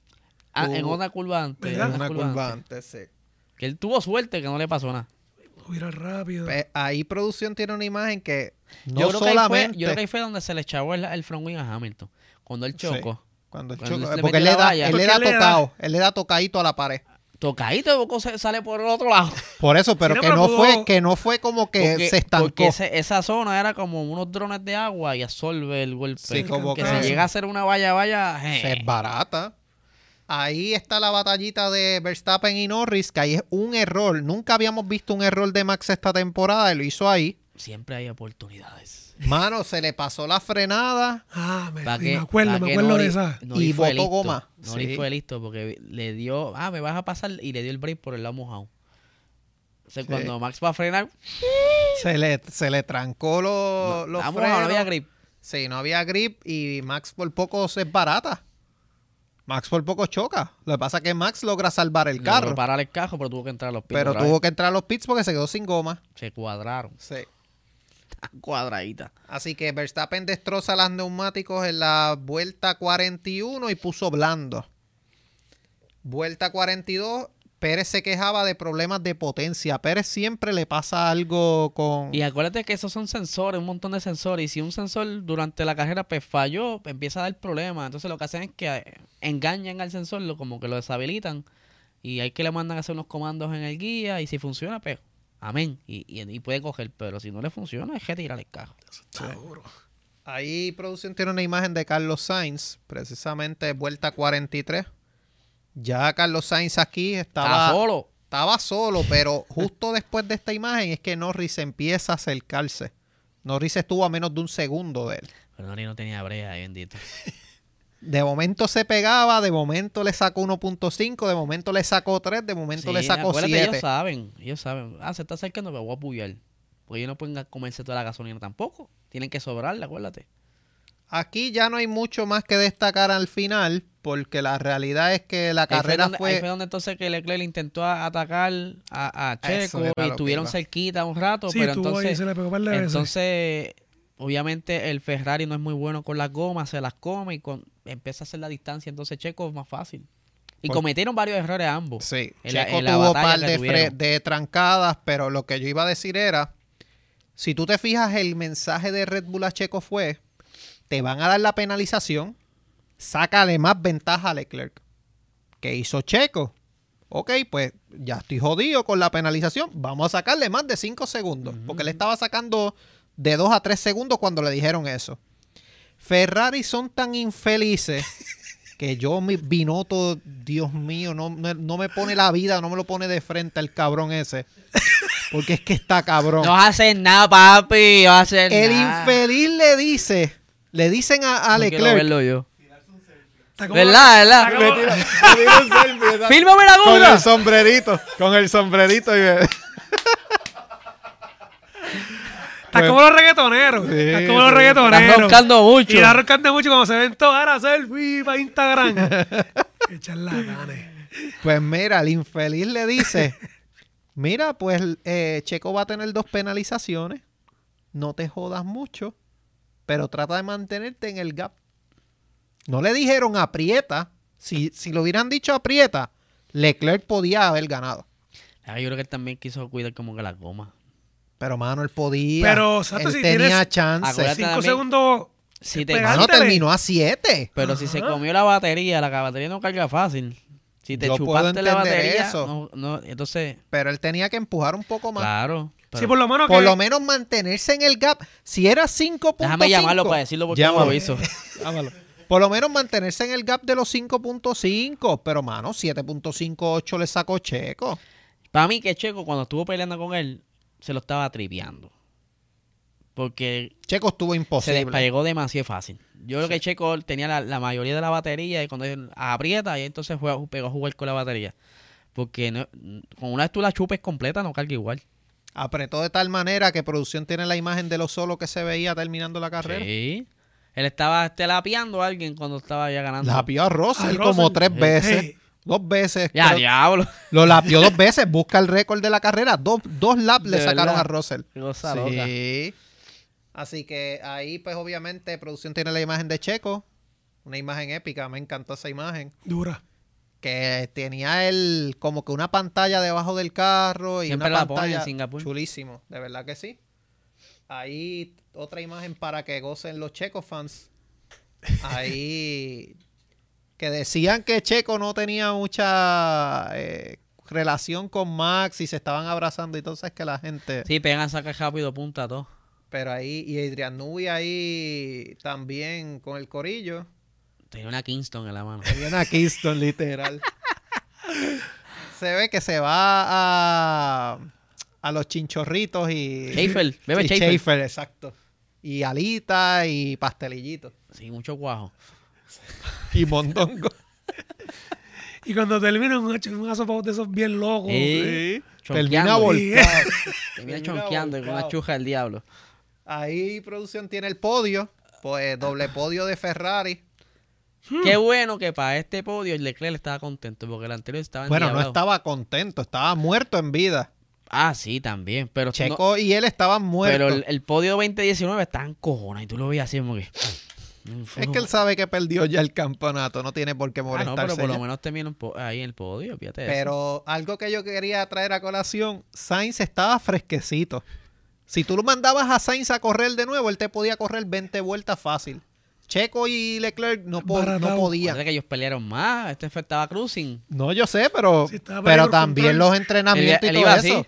Ah, en
Tuvo-
una curva antes. en
¿Verdad?
Uh, Una,
una curva
curva
antes.
antes, sí.
Que él tuvo suerte que no le pasó nada.
Hubiera rápido.
Pe- ahí producción tiene una imagen que no
yo, creo que ahí fue,
solamente
yo creo que ahí fue donde se le echó el, el front wing a Hamilton. Cuando él chocó.
cuando el
cuando
choco-
se le
porque
metió
él
la
le da,
valla.
él le
Porque
da
él le da-
tocado, él le da tocadito a la pared.
Tocadito, el boco se- sale por el otro lado.
Por eso, pero
no,
que
pero
no
pudo-
fue que no fue como [laughs] que
Porque-
se estancó.
Porque ese- esa zona era como unos drones de agua y absorbe el golpe.
Sí, como
que
que-
se llega a hacer una valla, valla. eh.
Se barata. Ahí está la batallita de Verstappen y Norris, que ahí es un error. Nunca habíamos visto un error de Max esta temporada y lo hizo ahí.
Siempre hay oportunidades.
Mano, se le pasó la frenada.
Ah, me,
Pa'
sí,
que-
me acuerdo,
pa'
me
que
acuerdo
Nori-
de esa.
Nori
Y
fue
botó
listo.
goma.
Nori
Sí.
fue listo porque le dio, ah, me vas a pasar y le dio el break por el lado mojado. O sea,
Sí.
cuando Max va a frenar,
Se le, se le trancó
no,
los, los
la mojado,
frenos.
no había grip.
Sí, no había grip y Max por poco se barata. Max por poco choca. Lo que pasa es que Max logra salvar el
Logró
carro,
parar el carro, pero tuvo que entrar a los pies.
pero
otra
tuvo
vez.
que entrar a los pits porque se quedó sin goma.
Se cuadraron.
Sí.
Cuadradita.
Así que Verstappen destroza las neumáticos en la vuelta 41 y puso blando. Vuelta 42, Pérez se quejaba de problemas de potencia. Pérez siempre le pasa algo con...
Y acuérdate que esos son sensores, un montón de sensores. Y si un sensor durante la carrera pues, falló, pues, empieza a dar problemas. Entonces lo que hacen es que eh, engañan al sensor, lo, como que lo deshabilitan. Y hay que le mandan a hacer unos comandos en el guía. Y si funciona, pues, amén. Y, y, y puede coger. Pero si no le funciona, es que tirar el carro.
Está duro.
Ahí producción tiene una imagen de Carlos Sainz, precisamente vuelta 43. Ya Carlos Sainz aquí
Está
estaba,
solo.
estaba solo, pero justo después de esta imagen es que Norris empieza a acercarse. Norris estuvo a menos de un segundo de él.
Pero Nori no tenía brea, ahí, bendito.
De momento se pegaba, de momento le sacó 1.5, de momento le sacó 3, de momento
Sí,
le sacó
acuérdate, Ellos
7.
saben, ellos saben. Ah, se está acercando, me voy a apoyar. Porque ellos no pueden comerse toda la gasolina tampoco. Tienen que sobrarla, acuérdate.
aquí ya no hay mucho más que destacar al final, porque la realidad es que la carrera
ahí fue, donde, ahí fue donde entonces que Leclerc intentó a- atacar a, a
Eso
Checo
era
y
lo que
estuvieron
iba.
cerquita un rato,
Sí,
pero
estuvo ahí,
entonces,
se le pegó par de veces.
entonces obviamente el Ferrari no es muy bueno con las gomas, se las come y con, empieza a hacer la distancia, entonces Checo es más fácil. Y
Por-
cometieron varios errores ambos.
Sí,
en la-
Checo
en la
tuvo
batalla
par
que
de, fre-
tuvieron.
de trancadas, pero lo que yo iba a decir era, si tú te fijas, el mensaje de Red Bull a Checo fue, te van a dar la penalización, sácale más ventaja a Leclerc. ¿Qué hizo Checo? Ok, pues ya estoy jodido con la penalización, vamos a sacarle más de 5 segundos, porque le estaba sacando de 2 a 3 segundos cuando le dijeron eso. Ferrari son tan
[laughs]
infelices que yo mi Binoto, Dios mío, no, me- no me pone la vida, no me lo pone de frente al cabrón ese. Porque es que está cabrón.
[laughs] No hacen nada, papi, no hacen
el
nada.
infeliz le dice, le dicen a, a
No quiero
Leclerc.
verlo yo.
Está como-
¿Verdad? ¿Verdad?
está como-
¡Fírmame la
Con
gorra!
el sombrerito, con el sombrerito y me-
Está como los reggaetoneros. Está como los reggaetoneros.
Está roncando mucho.
Y está roncando mucho cuando se ven todas ahora selfie para Instagram.
[laughs]
Qué charlatanes.
Pues mira, el infeliz le
[laughs]
dice, mira, pues eh, Checo va a tener dos penalizaciones, no te jodas mucho, pero trata de mantenerte en el gap. No le dijeron aprieta, si, si lo hubieran dicho aprieta, Leclerc podía haber ganado.
Ah, yo creo que él también quiso cuidar como que las gomas.
Pero mano, él podía.
Pero, exacto,
él
si
tenía
tienes-
chance.
Acuérdate-
Cinco
también.
segundos.
Sí, te-
Pegado.
Mano,
Cántale.
terminó a siete.
Pero si se
Ajá.
comió la batería, la batería no carga fácil. Si te
Yo puedo
chupaste la
entender
batería,
eso.
no- no, entonces,
Pero él tenía que empujar un poco más.
claro. pero-
sí, por lo menos
Por
que-
lo menos mantenerse en el gap. Si era 5.5.
déjame llamarlo para decirlo porque no lo
Llámalo.
hizo.
Llámalo. Por lo menos mantenerse en el gap de los 5.5. Pero, mano, 7.58 le sacó Checo.
[laughs] Para mí que Checo, cuando estuvo peleando con él, se lo estaba tripeando. Porque
Checo estuvo
se
imposible.
despegó demasiado fácil. Yo creo que Checo tenía la, la mayoría de la batería y cuando él aprieta, y entonces juega- pegó a jugar con la batería. Porque no, con una vez tú la chupes completa, no carga igual.
Apretó de tal manera que producción tiene la imagen de lo solo que se veía terminando la carrera.
Sí. Él estaba este, lapeando a alguien cuando estaba ya ganando.
Lapió a Russell,
A Russell.
como tres
Sí.
veces.
Sí.
Dos veces.
Ya,
creo. [laughs]
diablo.
Lo lapió dos veces. Busca el récord de la carrera. Dos, dos laps le
De
sacaron
verdad.
a Russell.
Qué cosa
Sí.
loca.
Así que ahí, pues obviamente, producción tiene la imagen de Checo. Una imagen épica. Me encantó esa imagen.
Dura.
que tenía el como que una pantalla debajo del carro y
Siempre
una
la ponen en
pantalla
Singapur.
chulísimo, de verdad que sí. Ahí otra imagen para que gocen los Checo fans. Ahí [laughs] que decían que Checo no tenía mucha eh, relación con Max y se estaban abrazando y entonces que la gente
Sí, pegan, saca rápido, punta, todo.
pero ahí y Adrian Newey ahí también con el corillo
Tenía una Kingston en la mano.
Tenía una Kingston, literal. se ve que se va a, a los chinchorritos y.
Schaefer, bebe
y
Schaefer.
exacto. Y alita y pastelillito.
Sí, mucho guajo.
Y
[laughs]
mondongo.
Y cuando termina un, hacho- un asopado de esos bien locos.
Eh,
Termina
chonqueando.
vol-
volcado.
[laughs] Termina
termina
chonqueando con una
volcado.
chuja del diablo.
Ahí producción tiene el podio. Pues doble podio de Ferrari. Hmm.
Qué bueno que para este podio el Leclerc estaba contento porque el anterior estaba
Bueno, no
endiablado.
estaba contento, estaba muerto en vida.
Ah, sí, también. Pero, no-
Checo y él estaban muertos.
pero el, el podio 2019 está en cojones y tú lo veías así como que... mm,
Es que él sabe que perdió ya el campeonato, no tiene por qué
Ah,
molestarse.
no, pero por
ya.
lo menos terminó en po- ahí en el podio, fíjate eso.
Pero algo que yo quería traer a colación, Sainz estaba fresquecito. Si tú lo mandabas a Sainz a correr de nuevo, él te podía correr 20 vueltas fácil. Checo y Leclerc no, po- no
Baratao.
podían.
Acuérdate que ellos pelearon más. Este fue- estaba cruising.
No, yo sé, pero,
Sí, estaba perdido
pero
el
también
control.
los entrenamientos
Él- él
y todo
iba
eso.
así.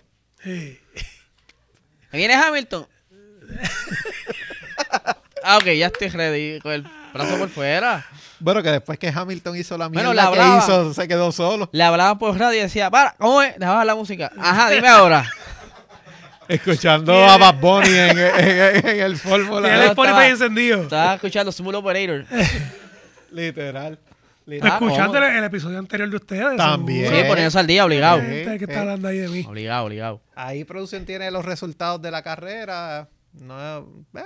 Eh,
¿Me viene Hamilton? ah, ok, ya estoy ready. Con el brazo por fuera.
Bueno, que después que Hamilton hizo la mierda
Bueno, la
que
brava.
hizo, se quedó solo.
Le hablaban por radio y decía, para, ¿cómo es? Dejaba la música. Ajá, dime ahora.
Escuchando
Tiene-
a Bad Bunny en, en- en- en el Fórmula
Tiene el
Estaba-
2.
Spotify encendido.
Estaba escuchando Simul Operator.
Literal.
Ah,
literal.
Escuchando
¿cómo?
el, el episodio anterior de ustedes.
También.
Sí,
seguro.
Eh.
poniéndose al día, obligado.
Gente que
Eh.
está hablando ahí de mí.
Obligado, obligado.
Ahí producción tiene los resultados de la carrera. No, eh,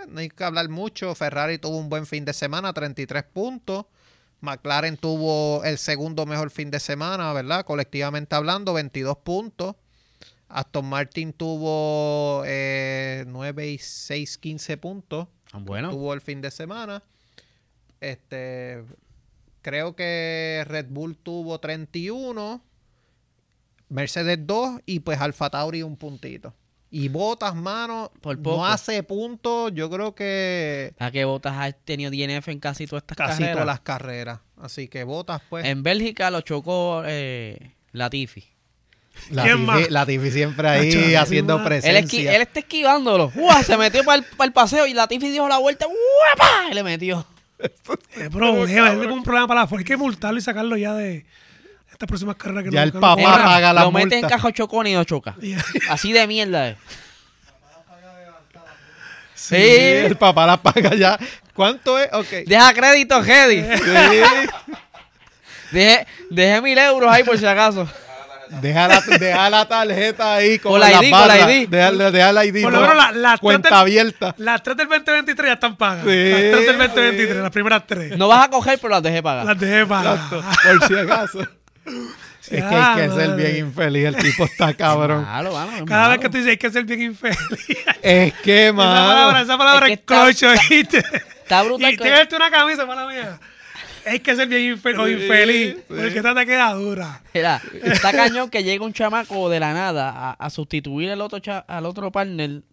no hay que hablar mucho. Ferrari tuvo un buen fin de semana, 33 puntos. McLaren tuvo el segundo mejor fin de semana, ¿verdad? Colectivamente hablando, 22 puntos. Aston Martin tuvo eh, 9 y 6, 15 puntos.
Ah, Bueno,
Tuvo el fin de semana. Este, creo que Red Bull tuvo 31, Mercedes 2 y pues Alfa Tauri un puntito. Y botas, mano,
Por
no
poco.
hace puntos, yo creo que
¿a qué botas has tenido DNF en casi todas estas
casi
carreras? Em,
todas las carreras. Así que botas, pues.
En Bélgica lo chocó eh, Latifi.
la,
¿Quién más?
Tifi, la Tifi siempre
Nacho,
ahí
la
haciendo
Tifi más.
presencia.
Él, esqui- él está esquivándolo. ¡Uah! Se metió para el, paseo y Latifi dio la vuelta. ¡Uepa! Y le metió.
Eh, bro, déjame, él tiene un problema para la Ford. Hay que multarlo y sacarlo ya de estas próximas carreras que
Ya
no-
el
que no
papá.
corran.
Es más,
paga la
lo mete en
multa.
caja chocón y no
[laughs]
choca. Así de mierda es.
Sí, el papá la paga ya. ¿Cuánto es? Ok.
Deja crédito, Hedy.
Sí.
Deje, dejé mil euros ahí por si acaso.
Deja la, deja la tarjeta ahí con
Con
la
la
las
ID, con la
barras.
ID.
Deja, la- deja la ID.
Por lo
¿no?
menos la- las tres
cuenta
del-
abierta.
Las tres del 2023 ya están pagas.
Sí,
las tres del
sí.
2023, las primeras tres.
No vas a coger, pero las dejé pagar.
Las dejé pagas.
Exacto, Por si acaso. es que hay
ah,
que ser bien infeliz. El tipo
[laughs]
está cabrón.
Malo, mano, es
Cada vez
malo.
que tú dices hay que ser bien infeliz. [laughs]
Es que,
Esa palabra,
mano.
esa palabra
Es que
es,
está-
cocho, ¿viste?
está brutal
Y
que-
tienes una camisa, mala mía. Hay que ser bien infe- o
Sí,
infeliz.
sí.
Porque esta te queda dura.
Mira, está cañón que llegue un chamaco de la nada a, a sustituir al otro, cha- al otro partner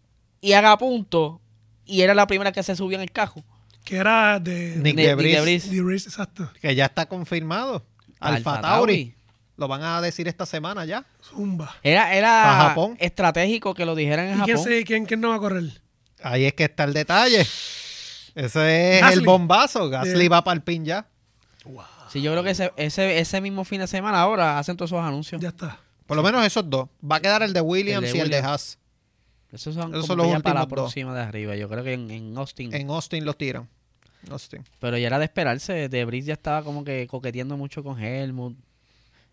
y haga punto. Y era la primera que se subió en el cajo.
Que era de.
Nick
Ni-
Debris,
Nick Debris.
de Reese, exacto.
Que ya está confirmado. Alfa,
Alfa
Tauri.
Tauri.
Lo van a decir esta semana ya.
Zumba.
Era,
Pa'
era
Japón.
estratégico que lo dijeran en
¿Y quién,
Japón.
se, quién, quién no va a correr?
Ahí es que está el detalle. Ese es el
Gasly.
bombazo. Gasly
Sí.
va para el pin ya.
Sí, yo creo que ese, ese, ese mismo fin de semana ahora hacen todos esos anuncios.
Ya está.
Por lo menos esos dos. Va a quedar el de Williams y el de
Williams.
Haas.
Esos son
Esos
como
son
que
los
ya para
últimos
la
dos.
próxima de arriba. Yo creo que en, en Austin.
En Austin los tiran. Austin.
Pero ya era de esperarse. De Brice ya estaba como que coqueteando mucho con Helmut.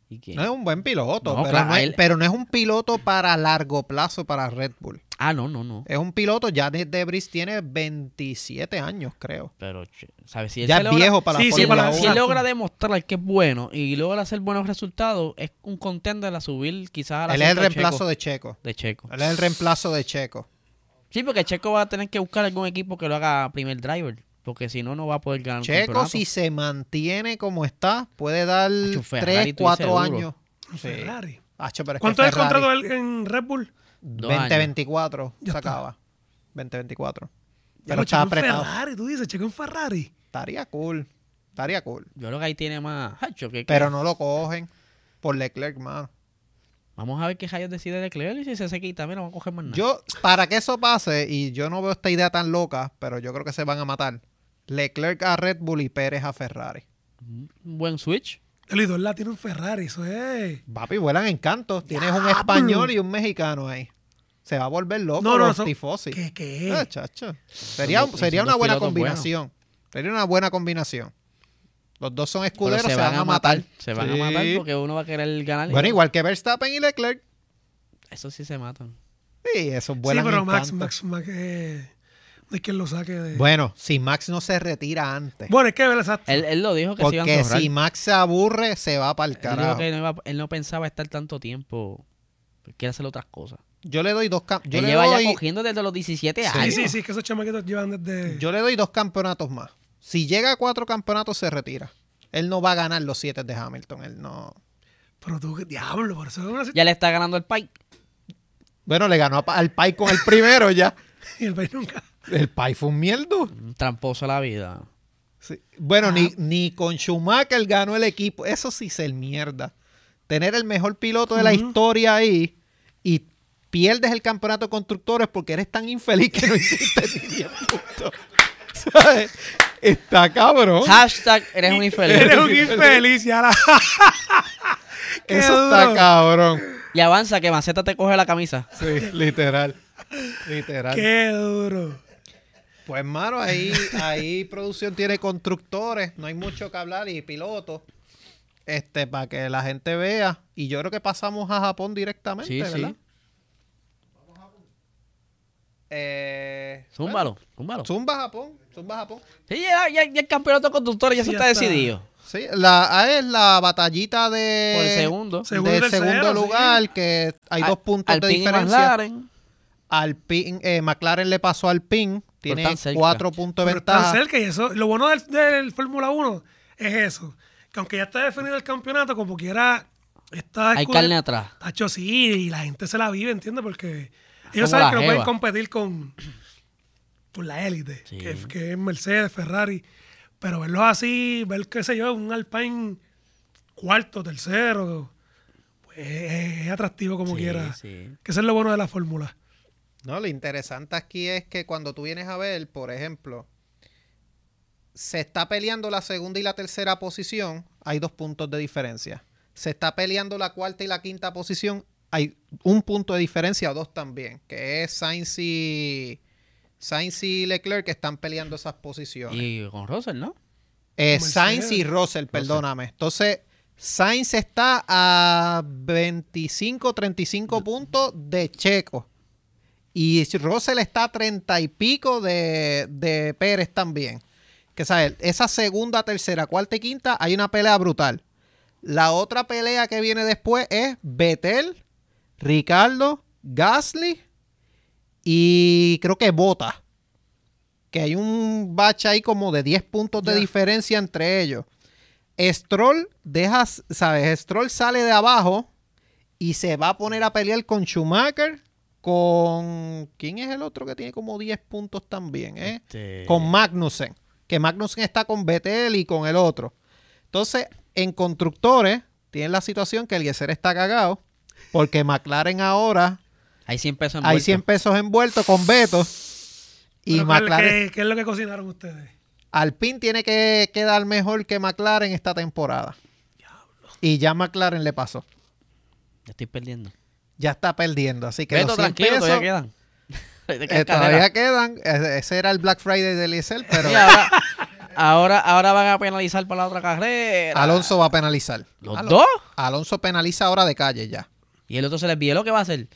Y que...
No es un buen piloto,
No,
pero,
claro,
no es,
él-
pero no es un piloto para largo plazo para Red Bull.
Ah, no, no, no.
Es un piloto, ya de Debris tiene 27 años, creo.
Pero, che, ¿sabes? Si él
Ya
se
es
logra-
viejo para la
Sí, sí,
Fórmula
para-
Si
Exacto.
él
1.
logra demostrar que es bueno y logra hacer buenos resultados, es un contender a subir quizás a la
Él es el
cinta de
reemplazo
Checo-
de Checo.
de Checo.
Él es el reemplazo de Checo.
Sí, porque Checo va a tener que buscar algún equipo que lo haga primer driver, porque si no, no va a poder ganar un
Checo,
campeonato.
si se mantiene como está, puede dar
Hacho, Ferrari,
3,
tú dices
4
duro.
años. Sí.
Ferrari.
Hacho, pero es que
¿Cuánto es el
Ferrari,
contrato de él en Red Bull?
Dos
2024
Ya
se
está.
acaba. 2024.
Ya
Pero
lo
está
chequeó en
apretado.
Ferrari, tú dices, chequeo en Ferrari.
Estaría cool. Estaría cool.
Yo creo que ahí tiene más hacho que, que-
Pero no lo cogen por Leclerc, mano.
Vamos a ver qué rayos decide Leclerc y si se, se quita, mira, no va a coger más nada.
Yo, para que eso pase, y yo no veo esta idea tan loca, pero yo creo que se van a matar. Leclerc a Red Bull y Pérez a Ferrari.
Un buen switch.
El Idol tiene un Ferrari, eso es.
Papi, vuelan en canto. Tienes un
Diablo.
español y un mexicano ahí. Se va a volver loco
No, no,
los
son-
tifosi.
¿Qué, qué?
Ah, chacho. Sería,
dos-
sería
son
una
dos
buena
pilotos
combinación. Sería una buena combinación. Los dos son
Pero
escuderos, se, van, a matar.
Se van
Sí.
a matar porque uno va a querer ganar. y
Bueno,
no.
igual que Verstappen y Leclerc.
Eso sí se matan.
Sí, esos
sí,
vuelan
pero
en
Max,
canto.
Max, eh. Max, eh, no es quien lo saque de. Bueno,
Bueno, si Max no se retira antes.
es que ¿verdad? exacto.
Él, él lo dijo que se iban a
Porque
zorrar.
si Max se aburre, se va para el
Él dijo
carajo.
que no iba- él no pensaba estar tanto tiempo. que Quiere hacer otras cosas.
Yo le doy dos cam- yo
él
le
lleva
doy-
ya cogiendo desde los 17
Sí,
Sí,
años.
sí, sí, que esos chamaquitos llevan desde.
yo le doy dos campeonatos más. Si llega a cuatro campeonatos, se retira. Él no va a ganar los siete de Hamilton. Él no.
Pero tú, ¿qué diablo, por eso es una
Ya le está ganando el país.
Bueno, le ganó a- al Pai con el primero ya.
Y el país nunca.
El Pai fue un mierdo.
Un tramposo a la vida.
Sí. Bueno, ni, ni con Schumacher ganó el equipo. Eso sí es el mierda. Tener el mejor piloto de la
Ujú.
historia ahí y pierdes el campeonato de constructores porque eres tan infeliz que no [laughs] hiciste ni 10 puntos. [laughs] ¿Sabes? Está cabrón.
Hashtag eres un
[laughs] Eres
[laughs]
infeliz.
un infeliz, ya la. Qué
Eso
duro.
está cabrón.
Y avanza que Maceta te coge la camisa.
Sí, literal. Literal.
[laughs] Qué duro.
Pues, mano, ahí, ahí producción tiene constructores, no hay mucho que hablar, y pilotos. Este, para que la gente vea. Y yo creo que pasamos a Japón directamente,
Sí, sí.
¿verdad? Eh,
Zúmbalo, zúmbalo.
Zumba Japón, Zumba Japón.
Sí, ya, ya- ya el campeonato de conductores ya
Sí,
se
ya
está
está.
decidido.
Sí, la, ah, es la batallita de
Por el segundo.
Sí, Segundo y
del
tercero,
segundo
sí.
lugar que hay
Al-
dos puntos de
Alpine y
diferencia.
McLaren.
Alpin, eh, McLaren le pasó al PIN, tiene
están cerca.
cuatro puntos de
Pero está
ventaja.
cerca y eso. Lo bueno del, del Fórmula 1 es eso. Que aunque ya está definido el campeonato, como quiera, está.
Hay carne atrás.
Tacho, sí, y la gente se la vive, ¿entiendes? Porque
Como
ellos saben
la
que no pueden
jeva.
competir con, con la élite,
Sí.
que, que es Mercedes, Ferrari. Pero verlos así, ver, qué sé yo, un Alpine cuarto, tercero, pues es, es atractivo como
Sí,
quiera.
sí.
Que eso es lo bueno de la fórmula.
No, lo interesante aquí es que cuando tú vienes a ver, por ejemplo, se está peleando la segunda y la tercera posición, hay dos puntos de diferencia. Se está peleando la cuarta y la quinta posición, hay un punto de diferencia o dos también, que es Sainz y, Sainz y Leclerc que están peleando esas posiciones.
Y con Russell, ¿no?
Eh,
Mercedes.
Sainz y Russell, perdóname. Entonces, Sainz está a 25, 35 puntos de Checo. Y Russell está a 30 y pico de, de Pérez también. Que sabes, esa segunda, tercera, cuarta y quinta, hay una pelea brutal. La otra pelea que viene después es Betel, Ricardo, Gasly y creo que Bota. Que hay un bache ahí como de 10 puntos de
Ya.
diferencia entre ellos. Stroll deja, ¿sabes? Stroll sale de abajo y se va a poner a pelear con Schumacher. Con. ¿Quién es el otro que tiene como 10 puntos también? Eh?
Este-
Con Magnussen. Que Magnussen está con Vettel y con el otro. Entonces, en constructores, tienen la situación que el Yeser está cagado. Porque McLaren ahora
Hay 100 pesos
hay
envueltos.
100 pesos envueltos con Beto. Y
Pero, ¿cuál-
McLaren.
¿qué, qué es lo que cocinaron ustedes?
Alpine tiene que quedar mejor que McLaren esta temporada. Y ya McLaren le pasó.
Estoy perdiendo.
Ya está perdiendo. Así que
Beto,
los 100
tranquilo,
pesos,
todavía quedan.
[laughs]
Te quedan
eh, todavía
carreras.
quedan. Eh, Ese era el Black Friday del Yeser, pero
[laughs] Sí, ahora, ahora, ahora van a penalizar para la otra carrera.
Alonso va a penalizar.
¿Los
Alon-
dos?
Alonso penaliza ahora de calle ya.
Y el otro se les vio lo que va a hacer.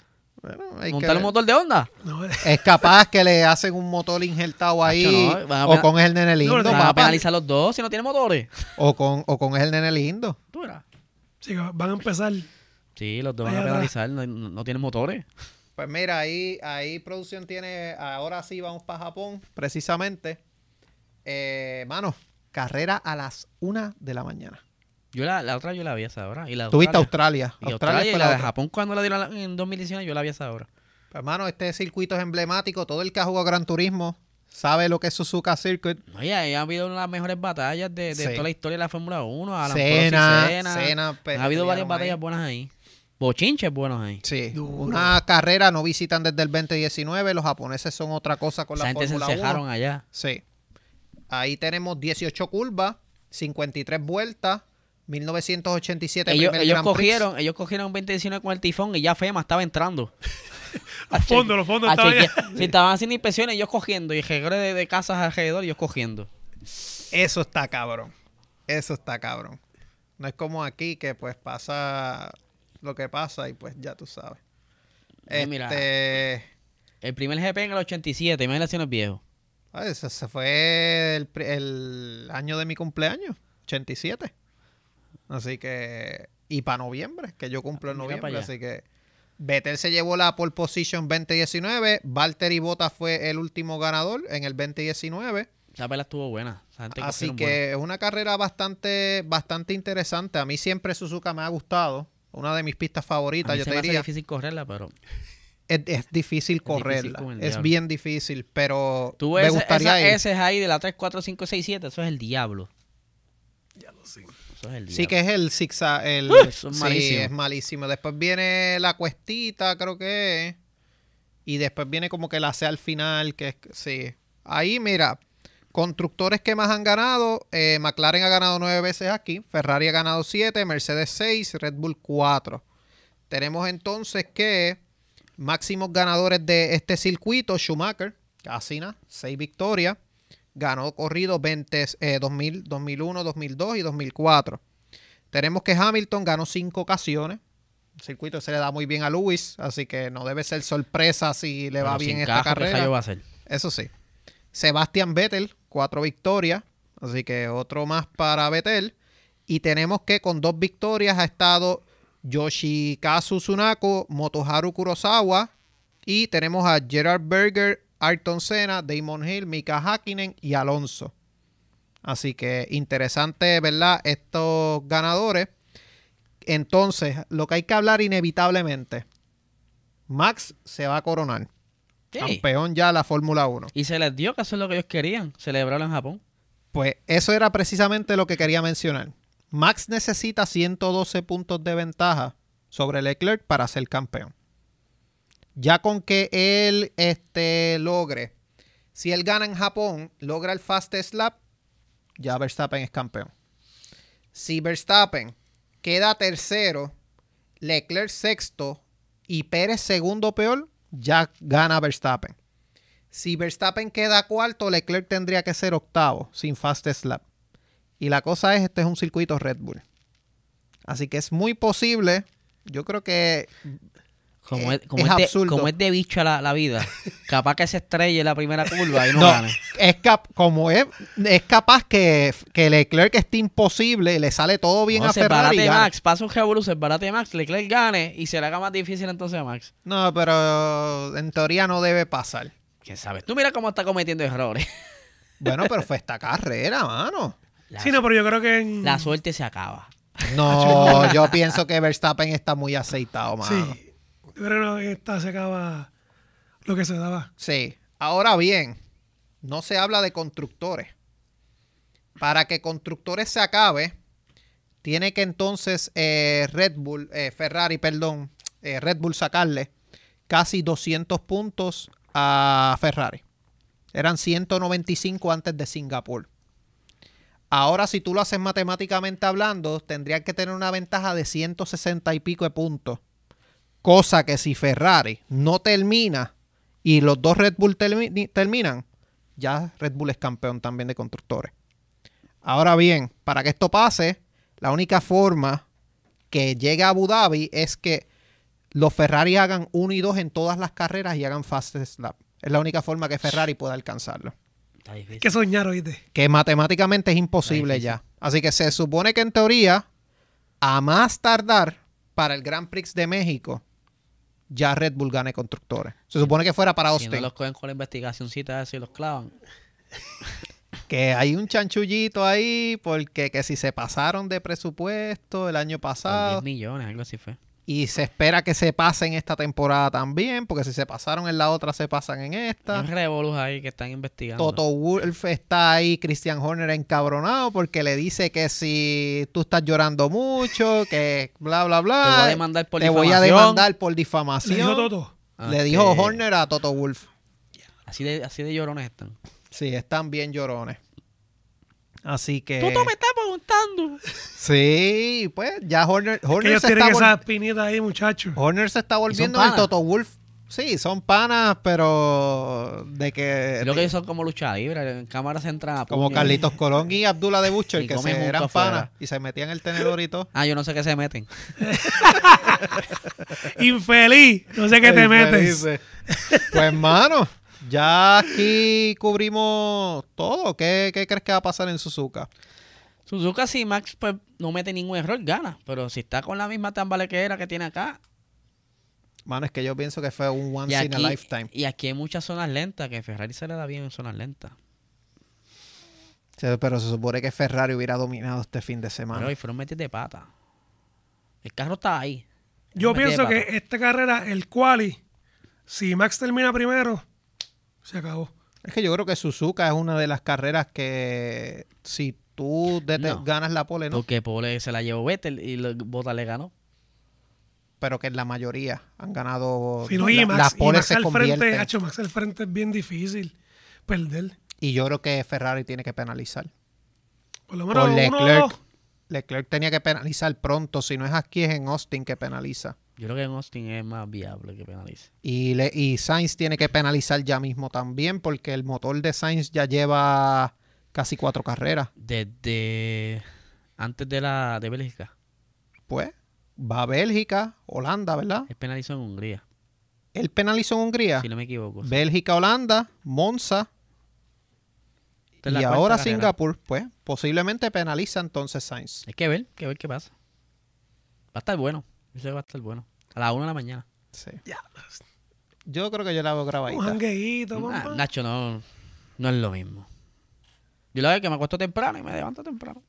Bueno, hay que
Montar un
ver.
motor de onda.
No,
Es capaz que le hacen un motor injertado ahí
Hacho, no, van a
o
pena-
con el nene lindo,
No,
van a
papá.
penalizar los dos si no tiene motores.
o con o con el nene lindo.
Tú verás.
sí, van a empezar.
Sí, los dos van a
Vaya atrás.
penalizar. No, no tienen motores.
Pues mira, ahí, ahí producción tiene, ahora sí vamos para Japón, precisamente. Eh, mano, carrera a las una de la mañana.
Yo la, la otra yo la vi a esa hora. Y la de
Tuviste
Australia.
Australia.
Y Australia,
fue
y la de
otra.
Japón cuando la dieron la- en 2019 yo la vi a esa hora.
Pues, mano, este circuito es emblemático. Todo el que ha jugado Gran Turismo sabe lo que es Suzuka Circuit.
Oye, ahí ha habido una de las mejores batallas de, de
Sí.
toda la historia de la Fórmula 1. Alan Prost y
Cena,
Senna.
Cena,
Ha habido varias
pelearon
batallas
ahí.
buenas ahí. Bochinches buenos ahí.
Sí,
Duro.
una carrera no visitan desde el 2019. Los japoneses son otra cosa con
Esa
la
gente se
Fórmula 1.
encejaron allá.
Sí. Ahí tenemos 18 curvas, 53 vueltas, 1987
Ellos,
primer
ellos
Grand Prix.
cogieron, ellos cogieron 2019 con el tifón y ya FEMA
[laughs]
estaba entrando.
Los fondos, los fondos
A
estaban ya.
chequear. Si estaban haciendo inspecciones, ellos cogiendo. Y regresos de, de casas alrededor, ellos cogiendo.
Eso está cabrón. Eso está cabrón. No es como aquí que pues pasa lo que pasa y pues ya tú sabes.
Eh,
Este,
mira. El primer GP en el 87, imagínate si no es viejo.
ay, Ah, ese se fue el, pri- el año de mi cumpleaños, 87. Así que y para noviembre, que yo cumplo en
Ah, Mira pa'
noviembre,
allá.
así que Vettel se llevó la pole position 2019, Valtteri Bottas fue el último ganador en el 2019.
Esa pela estuvo buena. Esa gente
Así
cogieron buena.
que es una carrera bastante, bastante interesante. A mí siempre Suzuka me ha gustado. Una de mis pistas
A
favoritas,
mí
yo
se
te
me hace
diría.
difícil correrla, pero...
Es, es difícil correrla.
con el
Es,
diablo.
bien difícil, pero
Tú
me
ves
gustaría ir.
ese ahí de la 3, 4, 5, 6, 7, eso es el diablo.
Ya lo sé.
Eso es el diablo.
Sí que es el zigzag. El,
Uh, eso es
sí,
malísimo.
es malísimo. Después viene la cuestita, creo que es. Y después viene como que la C al final, que es... Sí. Ahí, mira, constructores que más han ganado. eh, McLaren ha ganado nueve veces aquí. Ferrari ha ganado siete. Mercedes seis. Red Bull cuatro. Tenemos entonces que máximos ganadores de este circuito, Schumacher, casi nada, seis victorias. Ganó corrido 20, eh, 2000, 2001, 2002 y 2004. Tenemos que Hamilton ganó cinco ocasiones. El circuito se le da muy bien a Lewis, así que no debe ser sorpresa si le va
Pero
bien
sin
esta
cajo, ¿qué
carrera.
rayo va a hacer?
Eso sí. Sebastian Vettel, cuatro victorias. Así que otro más para Vettel. Y tenemos que con dos victorias ha estado Yoshikazu Tsunako, Motoharu Kurosawa. Y tenemos a Gerard Berger, Ayrton Senna, Damon Hill, Mika Hakkinen y Alonso. Así que interesante, ¿verdad? Estos ganadores. Entonces, lo que hay que hablar inevitablemente. Max se va a coronar
Sí.
campeón ya de la Fórmula 1.
Y se les dio que eso es lo que ellos querían, celebrarlo en Japón.
Pues eso era precisamente lo que quería mencionar. Max necesita 112 puntos de ventaja sobre Leclerc para ser campeón. Ya con que él este, logre, si él gana en Japón, logra el fast slap, ya Verstappen es campeón. Si Verstappen queda tercero, Leclerc sexto y Pérez segundo peor, ya gana Verstappen. Si Verstappen queda cuarto, Leclerc tendría que ser octavo, sin fast slap. Y la cosa es, este es un circuito Red Bull. Así que es muy posible, yo creo que
Como
Eh,
es, como
es
es de-
absurdo.
como es de bicha la, la
[laughs]
vida. Capaz que se estrelle en la primera curva y no,
No,
gane.
es cap- como es, es capaz que, que Leclerc esté imposible, le sale todo bien
no,
a Ferrari. y
sepárate,
gana.
Max, pasa un revolú, sepárate de Max, Leclerc gane y se le haga más difícil entonces a Max.
No, pero en teoría no debe pasar.
¿Quién sabe? Tú mira cómo está cometiendo errores.
Bueno, pero fue esta carrera, mano.
[laughs] La,
sí, no, pero yo creo que en...
mm.
la suerte se acaba. [laughs]
No, yo pienso que Verstappen está muy aceitado, mano.
Sí, yo creo que no, en esta se acaba lo que se daba.
Sí. Ahora bien, no se habla de constructores. Para que constructores se acabe, tiene que entonces eh, Red Bull, eh, Ferrari, perdón, eh, Red Bull sacarle casi 200 puntos a Ferrari. Eran 195 antes de Singapur. Ahora, si tú lo haces matemáticamente hablando, tendrían que tener una ventaja de 160 y pico de puntos. Cosa que si Ferrari no termina y los dos Red Bull termi- terminan, ya Red Bull es campeón también de constructores. Ahora bien, para que esto pase, la única forma que llegue a Abu Dhabi es que los Ferrari hagan 1 y 2 en todas las carreras y hagan fast slap. Es la única forma que Ferrari pueda alcanzarlo.
Está difícil.
Hay que soñar, oíste.
Que matemáticamente es imposible
Está
ya. Así que se supone que en teoría, a más tardar para el Grand Prix de México, ya Red Bull gane constructores. Se supone que fuera para
Si
Austin.
no los cogen con la investigacióncita esa y los clavan.
Que hay un chanchullito ahí porque que si se pasaron de presupuesto el año pasado
10 millones, algo así fue.
y se espera que se pasen esta temporada también porque si se pasaron en la otra se pasan en
Hay
esta.
un revolus ahí que están investigando.
Toto Wolf está ahí, Christian Horner encabronado porque le dice que si tú estás llorando mucho, que bla bla
Te voy a
bla,
demandar por
eh, te voy a
difamación.
demandar por
Le
difamación.
dijo Toto.
Le
Ah,
dijo
que-
Horner a Toto Wolf.
Así de, así de llorones están.
Sí, están bien llorones. Así que
Toto me está preguntando.
Sí, pues ya Horner,
Que
Horner
ellos
se está
tienen
vol-
esa espinita ahí, muchachos.
Horner se está volviendo
son
el
panas.
Toto Wolf. Sí, son panas, pero de que.
Creo que ellos son como lucha libre. En cámara se entran a
eh, como
puño.
Carlitos Colón y Abdullah de Butcher,
Y
que
comen
se
juntos
eran
afuera.
panas y se metían el tenedor y todo.
Ah, yo no sé qué se meten.
Infeliz. No sé qué te
Ay,
metes.
felices. Pues, hermano, ya aquí cubrimos todo. ¿Qué, qué crees que va a pasar en Suzuka?
Suzuka, si Max pues, no mete ningún error, gana. Pero si está con la misma tambalequera que tiene acá.
Mano, es que yo pienso que fue un
Y
once in
aquí,
a lifetime.
y aquí hay muchas zonas lentas que Ferrari se le da bien en zonas lentas.
Sí, Pero se supone que Ferrari hubiera dominado este fin de semana.
Pero hoy fueron metidos de pata. El carro está ahí.
Yo
Fueron metidos
pienso
de
que esta carrera, el quali, si Max termina primero, se acabó.
Es que yo creo que Suzuka es una de las carreras que si tú dete-
No.
ganas la pole,
eh,
pata.
¿no?
Porque Pole se la llevó Vettel y lo- Bota le ganó.
Pero que en la mayoría han ganado
Si no,
la,
y
la
Max, y
pole
Max
se
al frente,
convierten.
hacho, Max al frente es bien difícil perder.
Y yo creo que Ferrari tiene que penalizar.
Por lo menos
Por
uno o dos.
Leclerc. Leclerc tenía que penalizar pronto. Si no es aquí, es en Austin que penaliza.
Yo creo que en Austin es más viable que penalice.
Y, le- y Sainz tiene que penalizar ya mismo también, porque el motor de Sainz ya lleva casi cuatro carreras.
Desde antes de la de Bélgica.
Pues, va a Bélgica, Holanda, ¿verdad?
Él penalizó en Hungría,
Él penalizó en Hungría,
si no me equivoco.
Bélgica, Holanda, Monza
Esta es la
y
cuarta
ahora
carrera.
Singapur. Pues posiblemente penaliza entonces Sainz.
Hay que ver, hay que ver qué pasa. Va a estar bueno. Yo sé que va a estar bueno. A las 1 de la mañana.
Sí.
Ya.
Yo creo que yo la veo
Un
grabadita.
jangueíto,
Ah,
papá.
Nacho, no, no es lo mismo. Yo la vez que me acuesto temprano y me levanto temprano.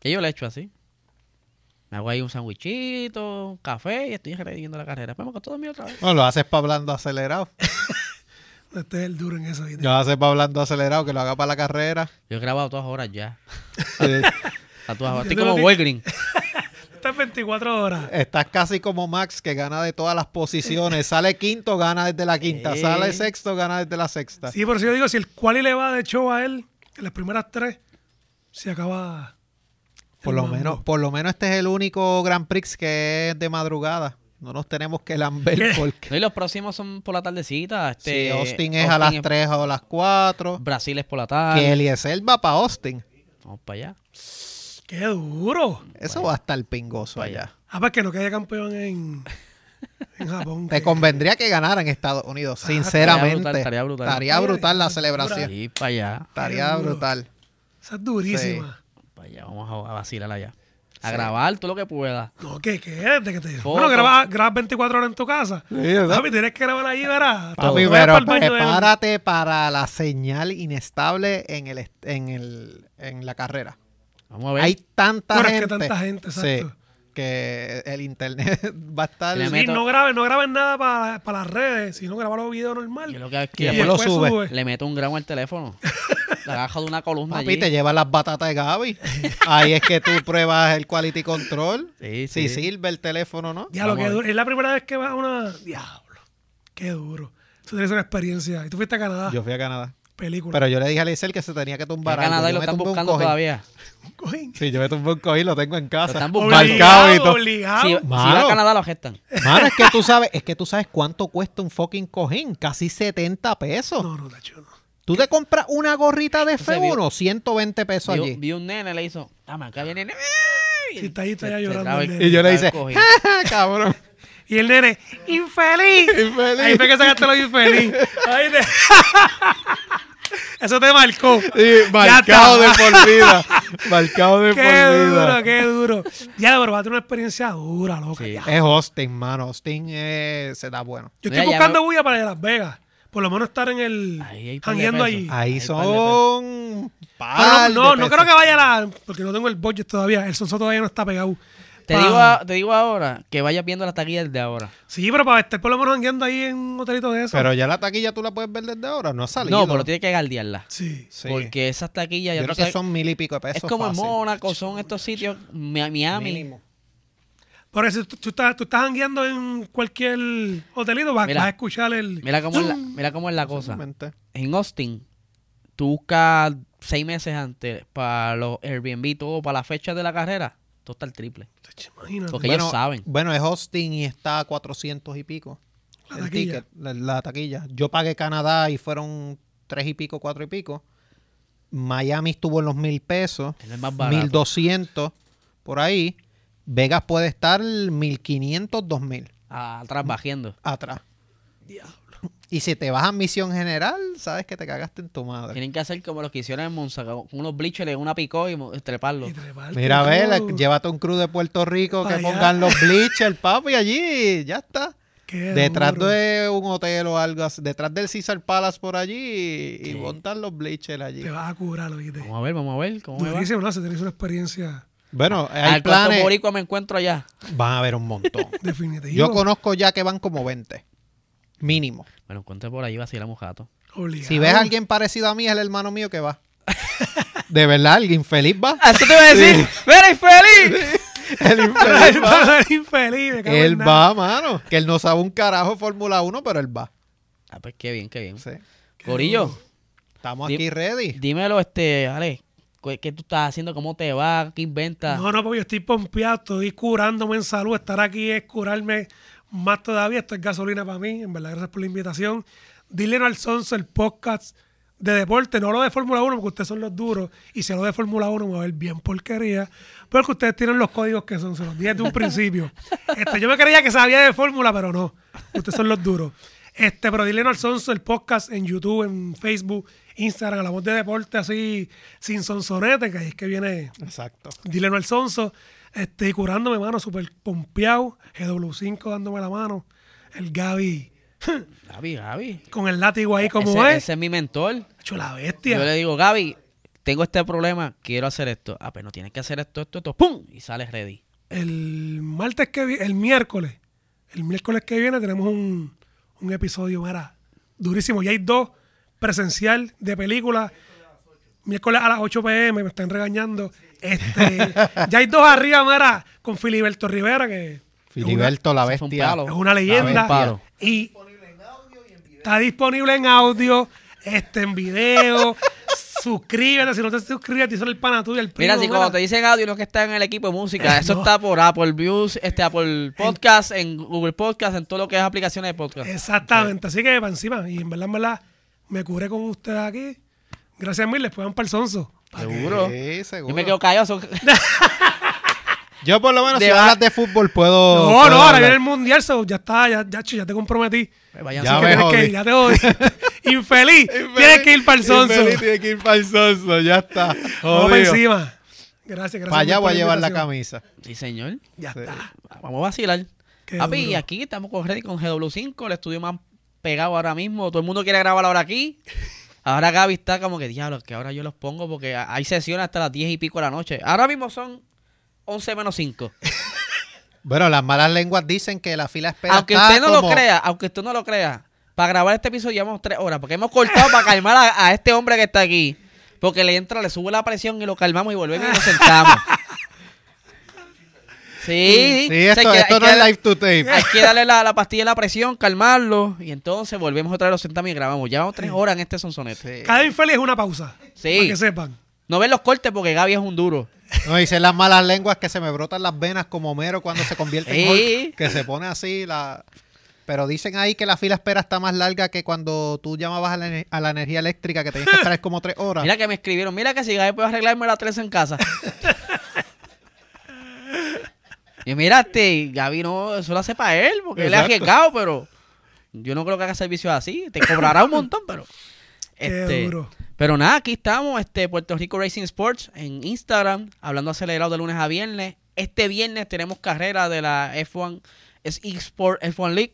Que yo le hecho así. Me hago ahí un sandwichito, un café y estoy viendo la carrera. Después me acuesto dormido otra vez.
No, lo haces para hablando acelerado.
No estés este el duro en eso. ¿viste?
Lo haces para hablando acelerado, que lo haga para la carrera. Eh,
Yo he grabado a todas horas ya.
Sí.
A todas horas.
Yo
Estoy
te lo
como
di-
Walgreen.
Estas 24 horas.
Estás casi como Max, que gana de todas las posiciones. Sale quinto, gana desde la quinta.
Eh.
Sale sexto, gana desde la sexta.
Sí, por eso yo digo, si el quali le va de show a él, en las primeras tres, se acaba. el
Por lo,
mambo.
menos, por lo menos este es el único Grand Prix que es de madrugada. No nos tenemos que lamber
¿Qué?
porque
No, y los próximos son por la tardecita. Este,
si Austin es a las 3 o a las 4.
Brasil es por la tarde.
Que Eliezer va para Austin.
Vamos para allá.
¡Qué duro!
Eso va a estar pingoso
Vaya.
allá.
Ah, para que no quede campeón en, en Japón.
Te
que-
convendría que ganaran Estados Unidos,
[laughs] estaría
sinceramente.
brutal, estaría brutal.
Estaría brutal la celebración.
Sí, para allá.
Estaría brutal.
Esa es durísima.
Para allá. Vamos a, a vacilar allá. A grabar todo lo que pueda.
No, que quédate, que te
Foto.
Bueno, grabas grabas 24 horas en tu casa.
¿verdad?
Papi, tienes que grabar ahí, verás.
Papi,
Te voy
pero
pa'l baño del-
prepárate para la señal inestable en el est- en el en la carrera.
Vamos a ver.
Hay tanta
Bueno, es que
gente,
tanta gente,
sí,
exacto.
que el internet [laughs] va a estar
Le
Sí,
meto-
no graben, no graben nada para las redes, sino grabar los videos normal.
Yo lo que hago es
Y
que
después lo sube.
[laughs]
le meto un gramo al teléfono. La bajo de una columna
Papi,
allí.
te llevas las batatas de
[laughs]
Gaby. Ahí es que tú pruebas el quality control.
Sí,
Si
sí.
sirve el teléfono, ¿no?
Diablo,
Vamos
qué
a ver.
duro. Es la primera vez que vas a una. Diablo, qué duro. Eso tiene que ser una experiencia. Y tú fuiste a Canadá,
Yo fui a Canadá.
película.
Pero yo le dije a Liesel que se tenía que
Fui a
tumbar algo.
Canadá y
Yo
lo
me
están
tumbé un
buscando
cojín.
todavía.
Cojín.
Sí, yo me tumbé un cojín, lo tengo en casa.
están buscando.
Marcado y
Obligado,
todo.
obligado.
Si, si va
Mano.
a Canadá lo gestan.
Mano, es que tú sabes, es que tú sabes cuánto cuesta un fucking cojín, casi 70 pesos.
No, no, Tacho, no.
Tú te compras una gorrita de
Entonces, vio-
F1, 1120 pesos
Vi,
allí.
vi un nene, le hizo, dame acá viene el nene.
Si está ahí, está
Se-
allá
se
llorando.
traba
el
el-
nene.
Y yo le "Ah,
Al
hice,
cojín.
"Ja, ja, cabrón.
Y el nene, infeliz.
Infeliz.
[laughs] Ahí fue que sacaste los infeliz. Ay, [laughs] de- Eso te marcó.
Y marcado de
está. [laughs]
por vida. Marcado de
Qué duro,
por vida.
qué duro. Ya, pero va a tener una experiencia dura, loca.
Sí.
ya.
Es Austin, mano. Austin eh, se da bueno.
Yo
Mira,
estoy
ya
buscando
veo-
bulla para Las Vegas. Por lo menos estar en el.
Ahí hay par de
Jangueando
pesos.
ahí.
Ahí
Hay par de
son.
Ah,
par
no, no,
de
no
pesos.
creo que vaya a la. Porque no tengo el budget todavía. El sonso todavía no está pegado.
Te
Pa-
digo, ah. a- te digo ahora que vayas viendo las taquillas desde ahora.
Sí, pero para estar por lo menos jangueando ahí en un hotelito de eso.
Pero ya la taquilla tú la puedes ver desde ahora. No ha salido.
No, pero tienes que guardiarlas.
Sí.
Sí.
Porque esas taquillas ya
Yo creo
tú
que
sabes-
son mil y pico de pesos.
Es como en
fácil.
Mónaco, son estos sitios, Mi- Miami.
Mínimo.
Por eso tú, tú estás, tú estás jangueando en cualquier hotelito. Vas,
Mira.
vas a escuchar el.
Mira cómo, es la,
Mm.
mira cómo es la cosa.
Realmente.
en Austin, tú buscas seis meses antes para los Airbnb, todo para la fecha de la carrera, todo está el triple.
Tacho, Imagínate.
Porque ellos saben.
Bueno, es Austin y está a 400 y pico.
La
el
taquilla.
ticket, la, la taquilla. Yo pagué Canadá y fueron 3 y pico, 4 y pico. Miami estuvo en los mil pesos.
Es el más barato.
1200 por ahí. Vegas puede estar 1500, 2000
Ah, atrás bajando.
atrás.
Diablo.
Y si te vas a misión general, sabes que te cagaste en tu madre.
Tienen que hacer como los que hicieron en Monza, con unos bleachers, una picó y mo- treparlo.
Y treparte,
Mira, ve, la-
tú.
llévate un crew de Puerto Rico que
Para allá.
pongan los bleachers, papi, allí, ya está.
[laughs] Qué
Detrás
duro.
de un hotel o algo así, detrás del Caesar Palace por allí y montan los bleachers allí.
Te vas a curar, oíste.
Vamos a ver, vamos a ver cómo me va.
Durísimo, ¿no? Se tenés una experiencia
Bueno, hay
Al cuarto
planes.
boricua me encuentro allá.
Van a haber un montón.
[laughs] definitiva.
Yo conozco ya que van como 20. Mínimo.
Me lo encuentro por ahí, vacilamos jato.
Obligado.
Si ves a
[laughs]
alguien parecido a mí, es el hermano mío que va. De verdad, el infeliz
[laughs]
va.
Ah, Eso te iba a decir. ¡Mira, infeliz!
El infeliz
Él
va.
va a ser infeliz, me cago en
Él
nada.
va, mano. Que él no sabe un carajo de Fórmula 1, pero él va.
[laughs] Ah, pues qué bien, qué bien.
Sí.
Corillo,
Estamos
Di-
aquí ready.
dímelo, este, Ale, ¿qué qué tú estás haciendo? ¿Cómo te va? ¿Qué inventas?
No, no, papi, yo estoy pompeado, estoy curándome en salud. Estar aquí es curarme más todavía. Esto es gasolina para mí. En verdad, gracias por la invitación. Dile no al Sonso el podcast de deporte, no lo de Fórmula 1, porque ustedes son los duros, y si lo de Fórmula 1 me va a ver bien porquería, porque ustedes tienen los códigos que son, se los dije desde un principio. Este, yo me creía que sabía de Fórmula, pero no, ustedes son los duros. Este, pero dile al Sonso el podcast en YouTube, en Facebook, Instagram, la voz de deporte así, sin sonsonete, que ahí es que viene
Exacto.
Dileno al Sonso, este, y curándome, mano, súper pompeado. GW5 dándome la mano. El Gaby
Gaby, Gaby.
con el látigo ahí como
ese,
es.
ese es mi mentor.
Hecho la bestia.
Yo le digo, Gaby, tengo este problema, quiero hacer esto. Ah, pero no tienes que hacer esto, esto, esto. ¡Pum! Y sales ready.
El martes que vi- el miércoles, el miércoles que viene tenemos un, un episodio, mira, durísimo. Ya hay dos presencial de película. Miércoles a las 8 pm, me están regañando.
[laughs]
Este, ya hay dos arriba, mira, con Filiberto Rivera, que
Filiberto, la
Ese fue un
bestia.
palo.
Es una
Está bien,
leyenda.
paro.
Y está disponible en audio, este
[laughs]
en video. Suscríbete, si no te suscribes, te hizo el pana tuyo, el primo.
Mira, si cuando te dicen audio los que están en el equipo de música, eso está por Apple Views, este Apple Podcast, en Google Podcast, en todo lo que es aplicaciones de podcast.
Exactamente, así que para encima. Y en verdad, en verdad, me curé con ustedes aquí. Gracias mil, después van para el sonso.
Seguro.
Sí, seguro.
Yo me quedo callado. son- [laughs]
Yo por lo menos
De
si
va-
hablas de fútbol puedo...
No,
puedo
no, ahora
hablar.
viene el mundial, so, ya está, ya, ya, ya te comprometí.
Vayan
Ya
Así que
me
tienes que
jodí.
ir, ya te
[laughs]
jodí. Infeliz, tienes que ir para el sonso.
Infeliz, Tienes que ir para el sonso, ya está.
Vamos para
Jodido.
encima. Gracias, gracias.
Para allá
mil por
voy a llevar la
invitación.
camisa.
Sí, señor.
Ya está.
Vamos a vacilar.
Qué
Papi,
duro.
aquí estamos con Ready con GW5, el estudio más pegado ahora mismo. Todo el mundo quiere grabar ahora aquí. Ahora Gaby está como que, diablo, que ahora yo los pongo porque hay sesiones hasta las 10 y pico de la noche. Ahora mismo son 11 menos 5.
Bueno, las malas lenguas dicen que la fila espera
aunque
está
usted no
como-
lo crea, aunque usted no lo crea, para grabar este episodio llevamos 3 horas porque hemos cortado para calmar a, a este hombre que está aquí. Porque le entra, le sube la presión y lo calmamos y volvemos y
[laughs]
nos sentamos. Sí,
Sí,
o sea,
esto,
hay que-
esto
hay
no
que
es
dar-
live to tape.
[laughs] Hay que darle la, la pastilla de la presión, calmarlo. Y entonces volvemos otra vez, lo sentamos y grabamos. Llevamos tres horas en este sonsonete.
Sí.
Cada infeliz es una pausa.
Sí.
Para que sepan.
No ven los cortes porque Gaby es un duro.
No dicen las malas lenguas que se me brotan las venas como Homero cuando se convierte en
Sí.
Hulk, que se pone así la pero dicen ahí que la fila espera está más larga que cuando tú llamabas a la, ener- a la energía eléctrica que tenías que esperar como tres horas.
[laughs] Mira que me escribieron, mira que si Gaby puede arreglarme la 13 en
[laughs]
casa. y mira, este, Gaby no, eso lo hace para él, porque él es
Exacto.
arriesgado, pero yo no creo que haga servicios así. Te cobrará un montón, pero.
[laughs] Qué
este,
duro.
Pero nada, aquí estamos, este Puerto Rico Racing Sports en Instagram, hablando acelerado de lunes a viernes. Este viernes tenemos carrera de la F1 es eSport F1 League.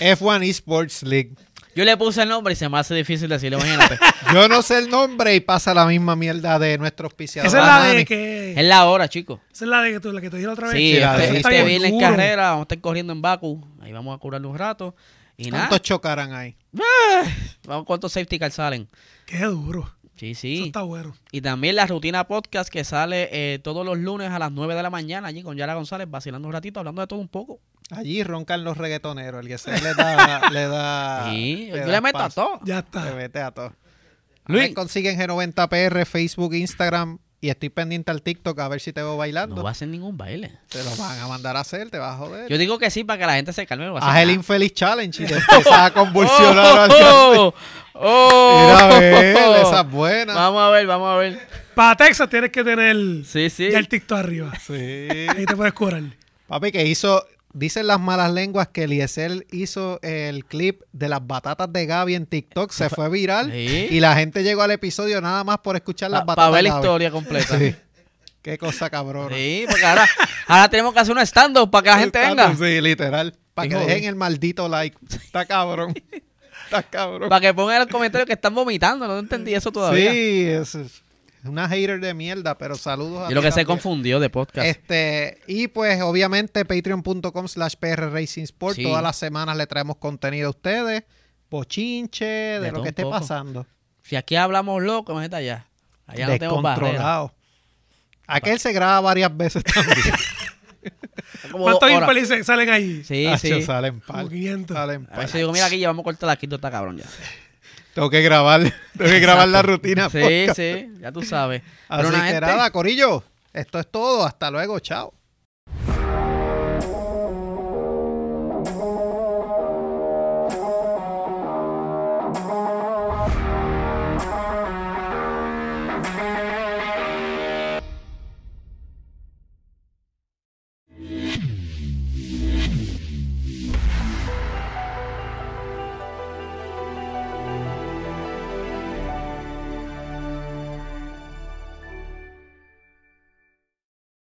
F1 Esports League.
Yo le puse el nombre y se me hace difícil decirlo,
[laughs]
imagínate.
Yo no sé el nombre y pasa la misma mierda de nuestro auspiciador. Ah,
Esa es la
Banani.
de que.
es la hora, chicos.
Esa es la de que tú, la que te dije la otra vez.
Sí,
Sí, la
este-
de
este
Está
bien
viernes
duro.
carrera, vamos a estar corriendo en Baku. Ahí vamos a curarlo un rato. Y nada,
¿Cuántos chocarán ahí?
vamos cuántos safety car salen.
Qué duro.
Sí,
Eso
sí.
está bueno.
Y también la rutina podcast que sale eh, todos los lunes a las 9 de la mañana allí con Yara González, vacilando un ratito, hablando de todo un poco.
Allí roncan los reggaetoneros. El que se le da. le da
Sí, yo
da
le meto a
Ah, paso.
todo.
Ya
Le
está.
mete a todo.
Luis.
Me consiguen G90PR, Facebook, Instagram. Y estoy pendiente al TikTok a ver si te veo bailando.
No va a hacer ningún baile.
Te lo van a mandar a hacer, te vas a joder.
Yo digo que sí para que la gente se calme. no va a hacer
Haz el
nada.
infeliz challenge y te empiezas a convulsionar.
[laughs]
o algo así.
¡Oh! ¡Oh!
Mira, a ver, esa es buena.
[laughs] Vamos a ver, vamos a ver.
Para Texas tienes que tener
Sí, sí.
ya el TikTok arriba.
Sí.
Ahí te puedes curar.
Papi, que hizo, dicen las malas lenguas que Eliezer hizo el clip de las batatas de Gaby en TikTok, se fue viral
Sí.
y la gente llegó al episodio nada más por escuchar las
Para
batatas.
ver la
Gaby.
historia completa.
Sí.
Sí,
Qué cosa cabrón.
porque ahora, ahora tenemos que hacer un stand-up para que la gente venga.
Sí, literal. Para que
Hijo de-
dejen el maldito like. Está cabrón. Está cabrón.
Para que pongan en los comentarios que están vomitando. No entendí eso todavía.
Sí, es es una hater de mierda, pero saludos a
Yo lo
ti
que se
también.
confundió de podcast.
Este, y pues obviamente patreon.com slash prracingsport.
Sí.
Todas las semanas le traemos contenido a ustedes. Pochinche, de,
De
lo
todo
que
un
esté
poco.
pasando.
Si aquí hablamos loco, imagínate allá. Allá no tenemos barrera.
Descontrolado. Aquel se graba varias veces
[laughs]
también.
[laughs] Como dos
¿Cuántos
horas.
infelices salen ahí?
Sí,
Hacho,
sí.
Salen
Como
pal.
500.
Salen
A
pal.
veces digo, mira, aquí llevamos corta la quinta, está cabrón ya.
Tengo que grabar, [laughs] tengo que grabar la rutina.
Sí,
podcast.
sí, ya tú sabes. Pero
Así
nada,
que
gente,
nada, Corillo. Esto es todo. Hasta luego. Chao.